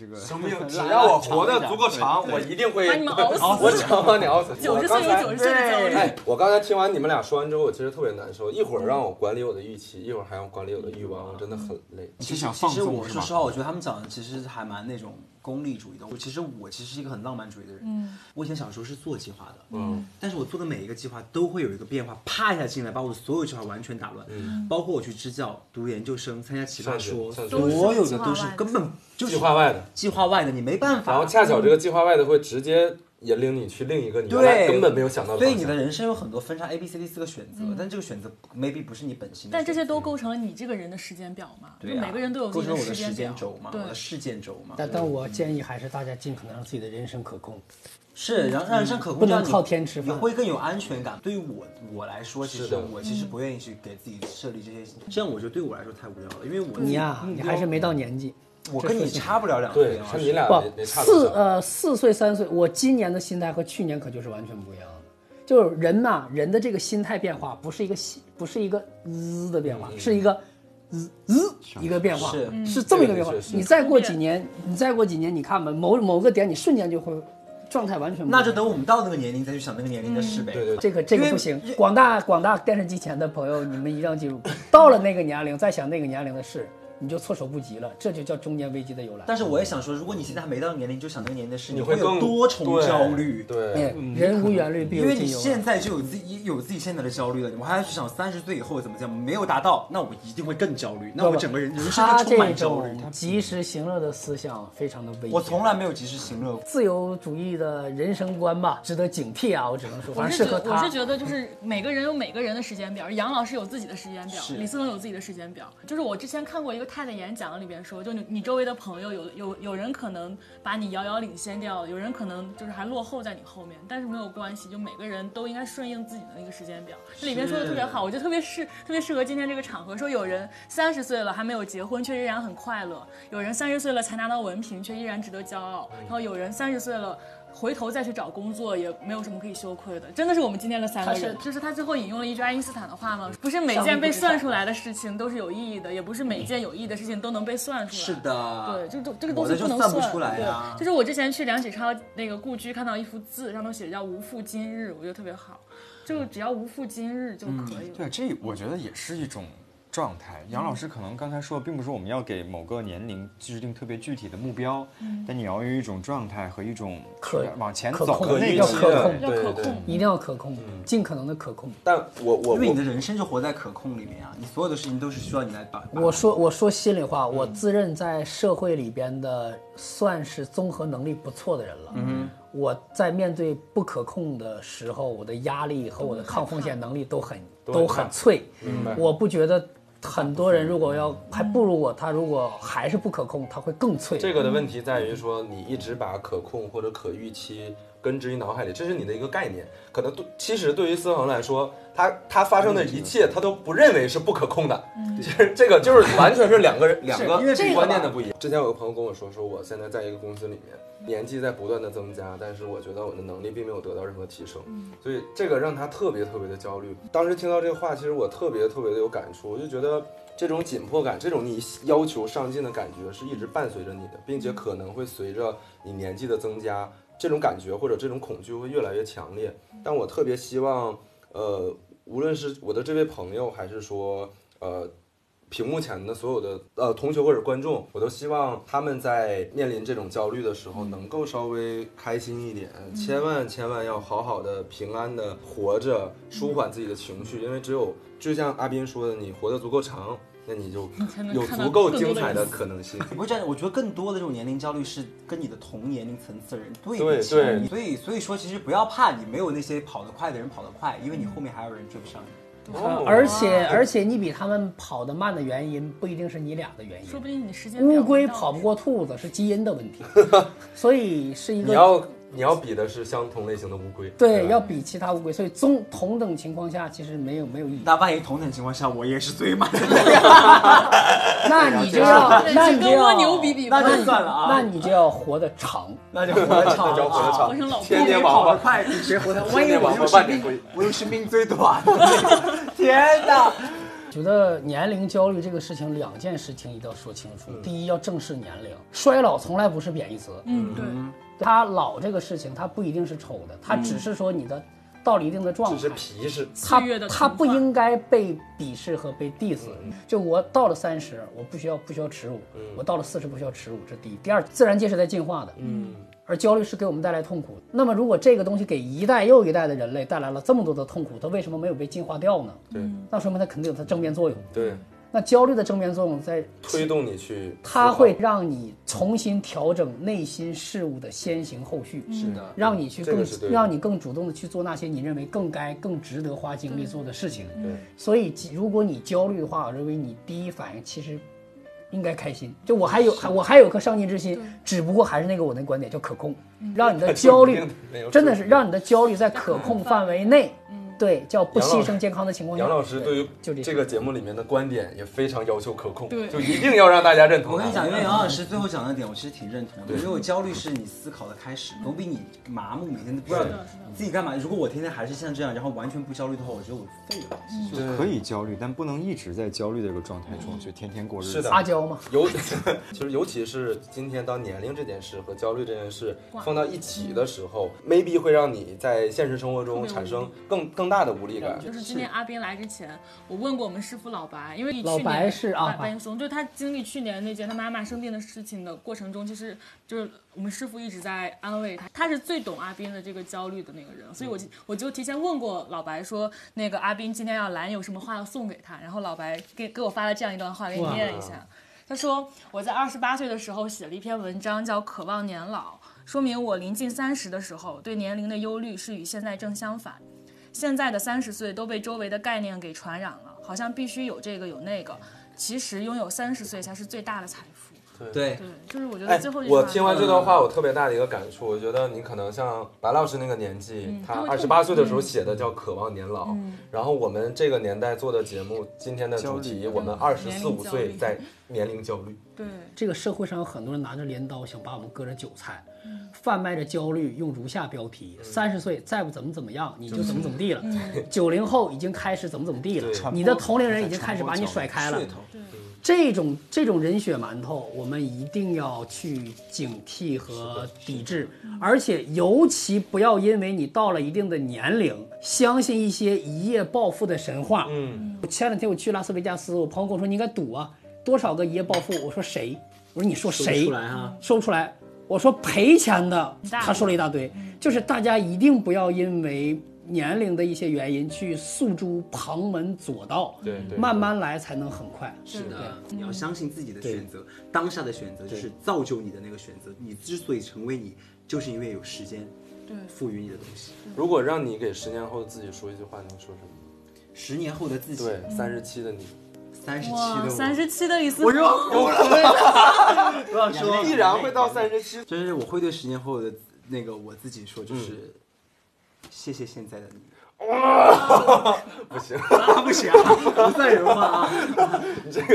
S5: 这个
S2: 生命只要我活得足够长，我一定会
S3: 把 你们熬死
S2: 我只要把你熬死。
S3: 九十
S2: 我
S3: 岁
S2: 刚
S3: 有
S2: 才
S3: 九十岁的焦 虑。
S2: 哎，我刚才听完你们俩说完之后，我其实特别难受。一会儿
S3: 嗯
S2: 让我管理我的预期，一会儿还要管理我的欲望，我真的很累。
S3: 嗯
S5: 你是想放
S4: 其实
S5: 纵
S4: 我
S5: 是
S4: 说
S5: 吗
S4: 实？话，我觉得他们讲的其实还蛮那种功利主义的。我其实我其实是一个很浪漫主义的人。嗯，我以前小时候是做计划的，嗯，但是我做的每一个计划都会有一个变化，啪一下进来，把我所有计划完全打乱。嗯，包括我去支教、读研究生、参加奇葩说，
S2: 上学上学
S4: 所有的都是根本就是
S2: 计划外的，
S4: 计划外的，你没办
S2: 然后
S4: 法。
S2: 恰巧这个计划外的会直接引领你去另一个你原来
S4: 对，
S2: 根本没有想到的
S4: 所以
S2: 方
S4: 你的
S2: 向。
S4: 人生有很多分叉 A、B、C、D 四个选择，但这个选择 maybe 不是你本心的选择。
S3: 嗯但这些都构成了你这个人的时间表嘛？
S4: 对
S3: 就
S4: 啊
S3: 每个人都有自
S4: 构
S3: 己
S4: 成我的
S3: 时
S4: 时
S3: 间
S4: 间
S3: 表
S4: 轴嘛，我
S3: 对，
S4: 的事件轴嘛。
S1: 但但我建议还是大家尽可能让自己的人生可控。
S4: 嗯是，然后让人生可
S1: 嗯
S4: 控，
S1: 不能
S4: 这样你
S1: 靠天吃饭
S4: 你会更有安全感。对于我我来说，其
S2: 是
S4: 实
S2: 的
S4: 我其实不愿意去给自己设立这些，这样我觉得对我来说太无聊了，因为我
S1: 你呀、
S4: 目标
S1: 你还是没到年纪。
S4: 我跟你差不了两岁
S2: 对
S4: 啊，，
S2: 看你俩没
S1: 不
S2: 没嗯差多
S1: 四
S2: 少。
S1: 呃四岁三岁，我今年的心态和去年可就是完全不一样的。就是人呐、人的这个心态变化不是一个心，不是一个滋的变化，
S2: 嗯
S1: 是一个滋滋一个变化，
S4: 是嗯
S1: 是这么一个变化
S2: 这个的确。是
S1: 你再过几年，你再过几年，你看吧，某某个点你瞬间就会状态完全不一样
S4: 那就等我们到那个年龄再去想那个年龄的事呗。
S2: 对对，对
S1: 这个这个
S4: 因为
S1: 不行，广大广大电视机前的朋友，你们一定要记住，到了那个年龄再想那个年龄的事，你就措手不及了，这就叫中年危机的由来。
S4: 但是我也想说，如果你现在还没到年龄，就想那个年龄的事，
S2: 你
S4: 会
S2: 会
S4: 有
S2: 更
S4: 多重焦虑。
S2: 对，对
S1: 哎，人无远虑，必
S4: 因
S1: 有
S4: 为你
S1: 近忧啊
S4: 现。在就有自己有自己现在的焦虑了，我还要去想三十岁以后怎么怎么没有达到，那我一定会更焦虑，那我整个人人生
S1: 他
S4: 就充
S1: 这
S4: 满焦虑。
S1: 种及时行乐的思想非常的危险。
S4: 我从来没有及时行乐过。
S1: 自由主义的人生观吧，值得警惕啊！我只能说，
S3: 我
S1: 反正
S3: 是
S1: 适
S3: 觉
S1: 合
S3: 我
S1: 他
S3: 是。觉得就是每个人有每个人的时间表，杨老师有自己的时间表，
S4: 是
S3: 李思恒有自己的时间表。就是我之前看过一个他的演讲，里边说，就你你周围的朋友有有有人可能把你遥遥领先掉，有人可能就是还落后在你后面，但是没有关系，就每个人都应该顺应自己的那个时间表。这里面说的特别好，我觉得特别适特别适合今天这个场合。说有人三十岁了还没有结婚，却依然很快乐；有人三十岁了才拿到文凭，却依然值得骄傲；然后有人三十岁了。回头再去找工作也没有什么可以羞愧的，真的是我们今天的三个人。就是他最后引用了一句爱因斯坦的话嘛，不是每件被算出来的事情都是有意义的，也不是每件有意义的事情都能被算出来。
S4: 是的，
S3: 对，这个这个
S4: 我
S3: 东
S4: 的
S3: 西
S4: 就
S3: 不能
S4: 算不出来呀
S3: 对，就是我之前去梁启超那个故居看到一幅字，上头写着叫“无复今日”，我觉得特别好，就只要无复今日就可以了。
S5: 对，这我觉得也是一种状态。杨
S1: 嗯
S5: 老师可能刚才说的，并不是我们要给某个年龄制定特别具体的目标，但你要有一种状态和一种
S1: 嗯可
S5: 往前
S1: 可
S5: 走
S1: 控
S5: 的
S1: 制
S5: 那
S1: 要
S5: 个
S1: 可
S5: 劲
S1: 控
S5: 儿
S3: 要
S2: 对
S3: 可
S2: 对
S3: 控。
S1: 一定要可控，
S4: 嗯
S1: 尽可能的可控。
S2: 但我我
S4: 因为你
S2: 我
S4: 的人生就活在可控里面啊，你所有的事情都是需要你来把。
S1: 我说我说心里话，
S2: 嗯
S1: 我自认在社会里边的算是综合能力不错的人了。嗯，我在面对不可控的时候，我的压力和我的抗风险能力都很都很脆。
S2: 嗯
S4: 嗯
S1: 我不觉得很多人如果要还不如我，他如果还是不可控，他会更脆。
S2: 这个的问题在于说，你一直把可控或者可预期根植于脑海里，这是你的一个概念。可能对，其实对于思恒来说，他他发生的
S4: 嗯
S2: 一切，他都不认为是不可控的。就是这个，就是完全是两个人两个
S1: 因嗯为这个吧
S2: 观念的不一样。之前有个朋友跟我说，说我现在在一个公司里面，年纪在不断的增加，但是我觉得我的能力并没有得到任何提升，
S1: 嗯
S2: 所以这个让他特别特别的焦虑。当时听到这个话，其实我特别特别的有感触，我就觉得。这种紧迫感，这种你要求上进的感觉是一直伴随着你的，并
S1: 嗯
S2: 且可能会随着你年纪的增加，这种感觉或者这种恐惧会越来越强烈。但我特别希望，呃，无论是我的这位朋友，还是说，呃。屏幕前的所有的呃同学或者观众，我都希望他们在面临这种焦虑的时候，能够稍微开心一点，
S3: 嗯
S2: 千万千万要好好的、平安的活着，舒缓自己的情绪，因为只有就像阿斌说的，你活得足够长，那你就
S3: 才能
S2: 有
S3: 看到
S2: 足够
S3: 更多
S2: 精
S3: 的
S2: 彩的
S3: 人
S2: 可能 性。
S4: 你不会这样，我觉得更多的这种年龄焦虑是跟你的同年龄层次的人对
S2: 对
S4: 比起来，所以所以说其实不要怕你没有那些跑得快的人跑得快，因为你后面还有人追不上你。
S2: 哦
S1: 而
S3: 啊
S1: 且而且你比他们跑得慢的原因，不一定是你俩的原因。
S3: 说不定你时间
S1: 乌
S3: 表
S1: 龟
S3: 没到
S1: 跑不过兔子是基因的问 题，所以是一
S2: 你
S1: 个
S2: 要你要比的是相同类型的乌龟，
S1: 对
S2: 吧
S1: 要比其他乌龟，所以综同等情况下其实没有没有意义。
S4: 那万一同等情况下我也是最慢的，
S1: 那你就要
S3: 对啊
S1: 那
S3: 去
S1: 你就
S3: 跟蜗
S1: 要
S3: 牛比比吧
S4: 那。就算了啊，
S1: 那你就要活得长。
S4: 那就活得
S2: 那
S4: 长
S2: 叫活得
S4: 啊。
S3: 我是老
S2: 长，
S3: 乌
S2: 天
S4: 你
S2: 天往
S4: 跑得
S2: 后
S4: 快，比谁活得？万
S2: 天
S4: 一
S2: 天
S4: 我
S2: 往
S4: 又
S2: 后
S4: 是
S2: 半点
S4: 命
S2: 龟，
S4: 我又是命最短的。天哪！
S1: 觉得年龄焦虑这个事情，两件事情一定要说清楚。第一，要正视年龄，衰老从来不是贬义词。
S3: 嗯，对，
S1: 它老这个事情，它不一定是丑的，它只是说你的到了一定的状态。
S2: 只是皮 是
S1: 他
S3: 岁月的
S1: 他
S3: 同
S1: 不
S3: 化
S1: 应该被鄙视和被 diss。就
S2: 嗯
S1: 我到了三十，我不需要不需要耻辱；我到了四十，不需要耻辱。这第一。第二，自然界是在进化的，嗯，而焦虑是给我们带来痛苦。那么，如果这个东西给一代又一代的人类带来了这么多的痛苦，它为什么没有被进化掉呢？
S2: 对
S3: 嗯
S1: 那说明它肯定有它正面作用。
S2: 对，
S1: 那焦虑的正面作用在
S2: 推动你去思考，
S1: 它会让你重新调整内心事物的先行后续，
S3: 嗯
S1: 是的，让你去
S2: 这个
S1: 更
S2: 是对的
S1: 让你更主动的去做那些你认为更该、更值得花精力做的事情。
S2: 对，
S1: 所以即如果你焦虑的话，我认为你第一反应其实应该开心。就我还有还我还有颗上进之心，只不过还是那个我那观点，叫可控，让你的焦虑
S2: 肯定嗯 没有
S1: 真的是
S2: 错
S1: 让你的焦虑在可控范围内，对，叫不
S2: 杨老
S1: 牺
S2: 师
S1: 牲健康的情况下。
S2: 杨老师对于
S1: 就这
S2: 这个节目里面的观点也非常要求可控，
S3: 对
S2: 就一定要让大家认同。
S4: 我跟你 讲，因为杨老师最后讲的点，我其实挺认同的。因为我焦虑是你思考的开始，总比你麻木每天都不知道
S2: 是的
S4: 你自己干嘛。如果我天天还是像这样，然后完全不焦虑的话，我觉得我废了。其实
S5: 就可以焦虑，但不能一直在焦虑的一个状态
S1: 嗯
S5: 中去天天过日子。
S2: 是的
S1: 阿娇嘛，
S2: 尤 其实尤其是今天当年龄这件事和焦虑这件事放到一起的时候，maybe 会让你在现实生活中产生更更更大的无力感。
S3: 就是今天阿斌来之前，我问过我们师傅老白，因为去
S1: 老
S3: 年
S1: 白是啊
S3: 白白岩松，就是他经历去年那件他妈妈生病的事情的过程中，其实就是我们师傅一直在安慰他，他是最懂阿斌的这个焦虑的那个人，所以我
S1: 嗯
S3: 就我就提前问过老白说，那个阿斌今天要来，你有什么话要送给他？然后老白给给我发了这样一段话，给你念一下。他说：“我在二十八岁的时候写了一篇文章，叫《渴望年老》，说明我临近三十的时候，对年龄的忧虑是与现在正相反。现在的三十岁都被周围的概念给传染了，好像必须有这个有那个。其实拥有三十岁才是最大的财富。
S4: 对
S3: 对，就是我觉得
S2: 哎
S3: 最后一，句话
S2: 我听完这段话，我特别大的一个感触，我觉得你可能像白老师那个年纪，他
S3: 嗯他会
S2: 二十
S3: 痛嗯
S2: 八岁的时候写的叫《渴望年老》，然后我们这个年代做的节目，今天的主题，我们二十四五岁在年龄焦虑，
S3: 对，
S1: 这个社会上有很多人拿着镰刀想把我们割成韭菜，
S2: 嗯
S1: 贩卖着焦虑，用如下标题：三十岁再不怎么怎么样，你就怎么怎么地了；九零后已经开始怎么怎么地了
S2: 嗯对，
S1: 你的同龄人已经开始把你甩开了
S4: 噱。头，
S1: 这种这种人血馒头，我们一定要去警惕和抵制，而且尤其不要因为你到了一定的年龄，相信一些一夜暴富的神话。
S2: 嗯，
S1: 我前两天我去拉斯维加斯，我朋友跟我说你应该赌啊，多少个一夜暴富？我说谁？我说你说谁？
S6: 说不出来啊
S1: 说不出来。我说赔钱的，
S3: 大
S1: 他说了一大堆，就是大家一定不要因为年龄的一些原因去诉诸旁门左道，
S2: 对对
S1: 慢慢来才能很快。
S3: 是
S1: 对
S3: 的，
S4: 你要相信自己的选择，当下的选择就是造就你的那个选择。你之所以成为你，就是因为有时间
S3: 对
S4: 赋予你的东西。
S3: 嗯
S2: 如果让你给十年后的自己说一句话，你会说什么？
S4: 十年后的自己，
S2: 对，三十七的你，
S4: 三十七的
S3: 哇，
S4: 我，
S3: 三十七的李思
S4: 我又
S3: 福，
S4: 要哭了。我想说，
S2: 必然会到三十七。
S4: 真是我会对十年后的那个我自己说，就是、谢谢现在的你。哇， 不行，不行，不算人话啊！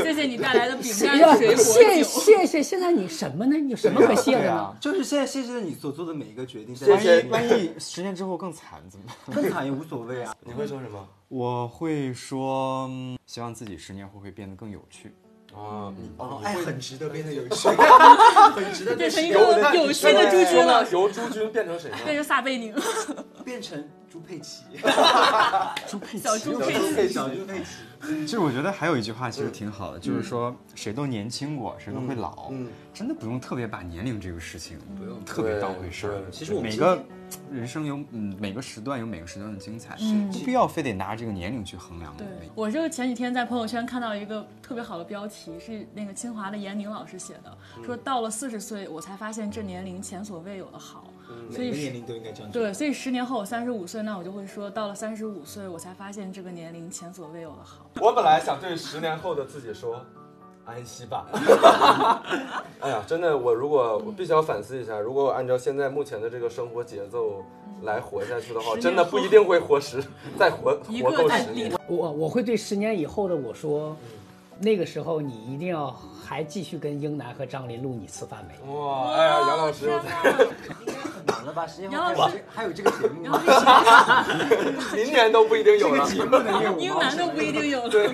S3: 谢谢你带来的饼干、水
S1: 谢
S3: 果酒。
S1: 谢谢，现在你什么呢？你有什么可谢的
S5: 对
S1: 呢
S5: 啊？
S4: 就是现在谢谢你所做的每一个决定，
S2: 谢
S5: 万
S2: 谢
S5: 一万一十年之后更惨怎么办？
S4: 更惨也无所谓啊。
S2: 你会说什么？
S5: 我会说，嗯希望自己十年后会变得更有趣。
S2: 啊，你
S4: 哦，爱很值得变得有 趣，很值得
S3: 变成一
S2: 有
S3: 个有趣的猪君了，
S2: 由朱军变成谁呢？
S3: 变成撒贝宁，
S4: 变成朱佩奇，
S3: 小猪佩奇。
S4: 佩 小朱佩奇。
S5: 其实我觉得还有一句话其实挺好
S2: 嗯
S5: 的，就是说谁都年轻过，谁都会老，真的不用特别把年龄这个事情不用特别当回事儿
S2: 对。
S4: 其实我们
S5: 每
S4: 今
S5: 个人生有嗯每个时段有每个时段的精彩，不必要非得拿这个年龄去衡量的。
S3: 对，我就前几天在朋友圈看到一个特别好的标题，是那个清华的严宁老师写的，说到了四十岁，我才发现这年龄前所未有的好。所
S4: 每个
S3: 以
S4: 年龄都应该这样。
S3: 对，所以十年后我三十五岁，那我就会说，到了三十五岁，我才发现这个年龄前所未有的好。
S2: 我本来想对十年后的自己说，安息 吧。哎呀，真的，我如果我必须要反思一下，如果我按照现在目前的这个生活节奏来活下去的话，
S3: 十年后
S2: 真的不一定会活十，再活
S3: 一
S2: 活
S3: 个
S2: 够
S3: 在
S2: 十
S3: 立
S2: 年。
S1: 我我会对十年以后的我说，那个时候你一定要还继续跟英男和张琳录你吃饭没？
S2: 哇，哎呀，杨老师又 在，
S4: 很难了吧？十年
S3: 杨
S4: 后
S3: 老
S4: 还
S3: 师
S4: 有还有这个 节目吗？
S2: 明年都不一定有了。
S3: 英男都不一定有了，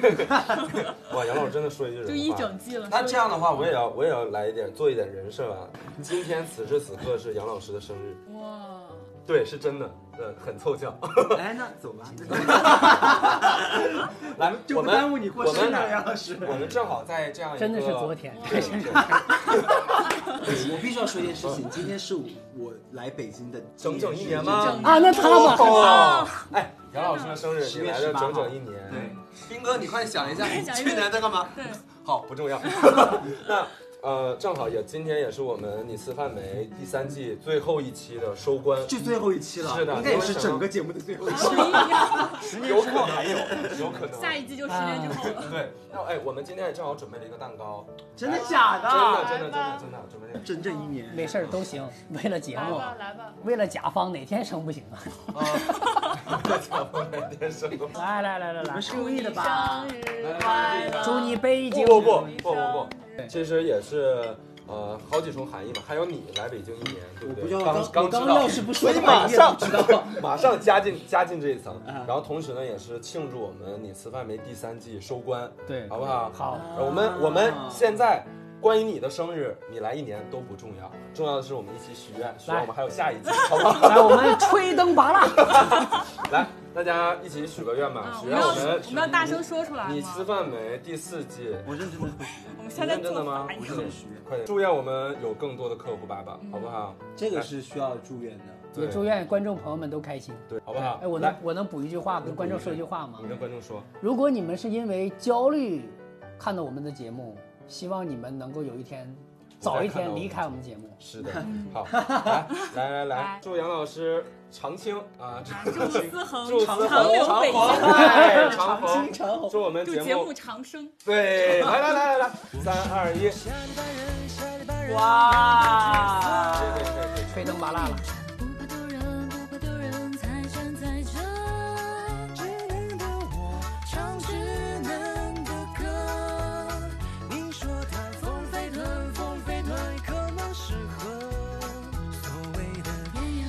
S2: 哇，杨老师真的说一句人话，
S3: 就一整季了。
S2: 那这样的话，我也要我也要来一点做一点人设啊！今天此时此刻是杨老师的生日，
S3: 哇，
S2: 对，是真的，嗯，很凑巧。
S4: 哎，那走吧，
S2: 来，
S4: 就
S2: 我
S4: 不
S2: 们
S4: 耽误你过
S2: 我
S4: 生
S2: 们
S4: 日了，杨老师。
S2: 我们正好在这样一个
S1: 真的是昨天
S2: 对对
S4: 我必须要说一件事情，今天是我来北京的
S2: 整整一年
S4: 吗？
S2: 吗？
S1: 啊，那他 啊吧，
S2: 哦，哎，杨老师的生日，
S4: 10
S2: 你
S4: 月
S2: 来了
S4: 18
S2: 整整一年。
S4: 对，
S2: 斌哥，你快想一下
S3: 你讲一个去年
S2: 在干嘛？
S3: 对，
S2: 好，不重要。那呃，正好也今天也是我们你吃饭没第三季最后一期的收官，
S4: 这最后一期了，
S2: 是的
S4: 应该也是整个节目的最后一期。
S2: 十年之后还有，有可能。
S3: 下一季就十年之后 了。
S2: 对，那哎，我们今天也正好准备了一个蛋糕，
S4: 真的假
S2: 真的
S4: 的？啊
S2: 真的真的真的准备了一个。
S4: 整整一年，
S1: 没事儿都行，为了节目，
S3: 来吧，
S1: 为了甲方哪天生不行啊？
S2: 我们哪天生日？
S1: 来来来来
S4: 你
S1: 来
S4: 们，是故意的吧
S3: 生？日快 乐！
S1: 祝你北京
S2: 不不不不不不，其实也是呃好几重含义嘛。还有你来北京一年，对不
S4: 我不
S2: 对？
S4: 要
S2: 刚刚知
S4: 刚我刚
S2: 道，
S4: 要是不说
S2: 所以
S4: 的话
S2: 马
S4: 你也不
S2: 上
S4: 知道 啊
S2: 马上加进加进这一层，然后同时呢也是庆祝我们你吃饭没第三季收官，
S1: 对
S2: 好不好？
S1: 好，
S2: 然后我们我们现在。关于你的生日，你来一年都不重要，重要的 是我们一起许愿，希望我们还有下一季，好不好？
S1: 来我们吹灯拔蜡，
S2: 来，大家一起许个愿吧，
S3: 啊，我
S2: 许
S3: 们
S2: 愿
S3: 要
S2: 我
S3: 我们要
S2: 们。
S3: 大声说出来
S2: 你
S3: 吗
S2: 吃饭没？第四季，
S4: 我认真的不许愿，
S3: 我们
S2: 你
S3: 现在
S2: 认真的
S3: 做
S2: 吗
S3: 法？
S4: 我认真许愿，
S2: 快点，祝愿我们有更多的客户爸爸，
S3: 嗯
S2: 好不好？
S4: 这个是需要住院的。
S1: 也祝愿观众朋友们都开心。
S2: 对，好不好？
S1: 哎，我能
S2: 来，
S1: 我能补一句话，跟观众说一句话吗
S2: 你？跟观众说，
S1: 如果你们是因为焦虑看到我们的节目，希望你们能够有一天早一天离开我们节目。
S2: 是的，好，来来来来
S3: 来，
S2: 祝杨老师长青啊，
S3: 祝思恒
S2: 祝
S3: 长
S2: 思
S3: 长
S2: 恒
S3: 留
S2: 长
S3: 北
S2: 虹，
S3: 京，
S2: 哎，长虹，
S4: 长虹
S2: 祝我们
S3: 祝
S2: 节
S3: 节
S2: 目
S3: 目，长生。
S2: 对，来来来来来，三二一，
S1: 哇，
S2: 对对对对，
S1: 吹灯拔蜡了。
S6: 不怕丢人，不怕丢人，才站在这。只能的我，唱只能的歌。你说它风飞腾，风飞腾，可能适合所谓的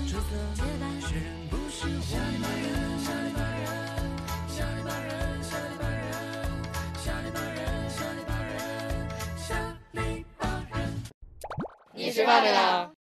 S6: 出色，是人不是我。下里巴人，下里巴人，下里巴人，下里巴人，下里巴人，下里巴人，下里巴人。
S7: 你吃饭没啦？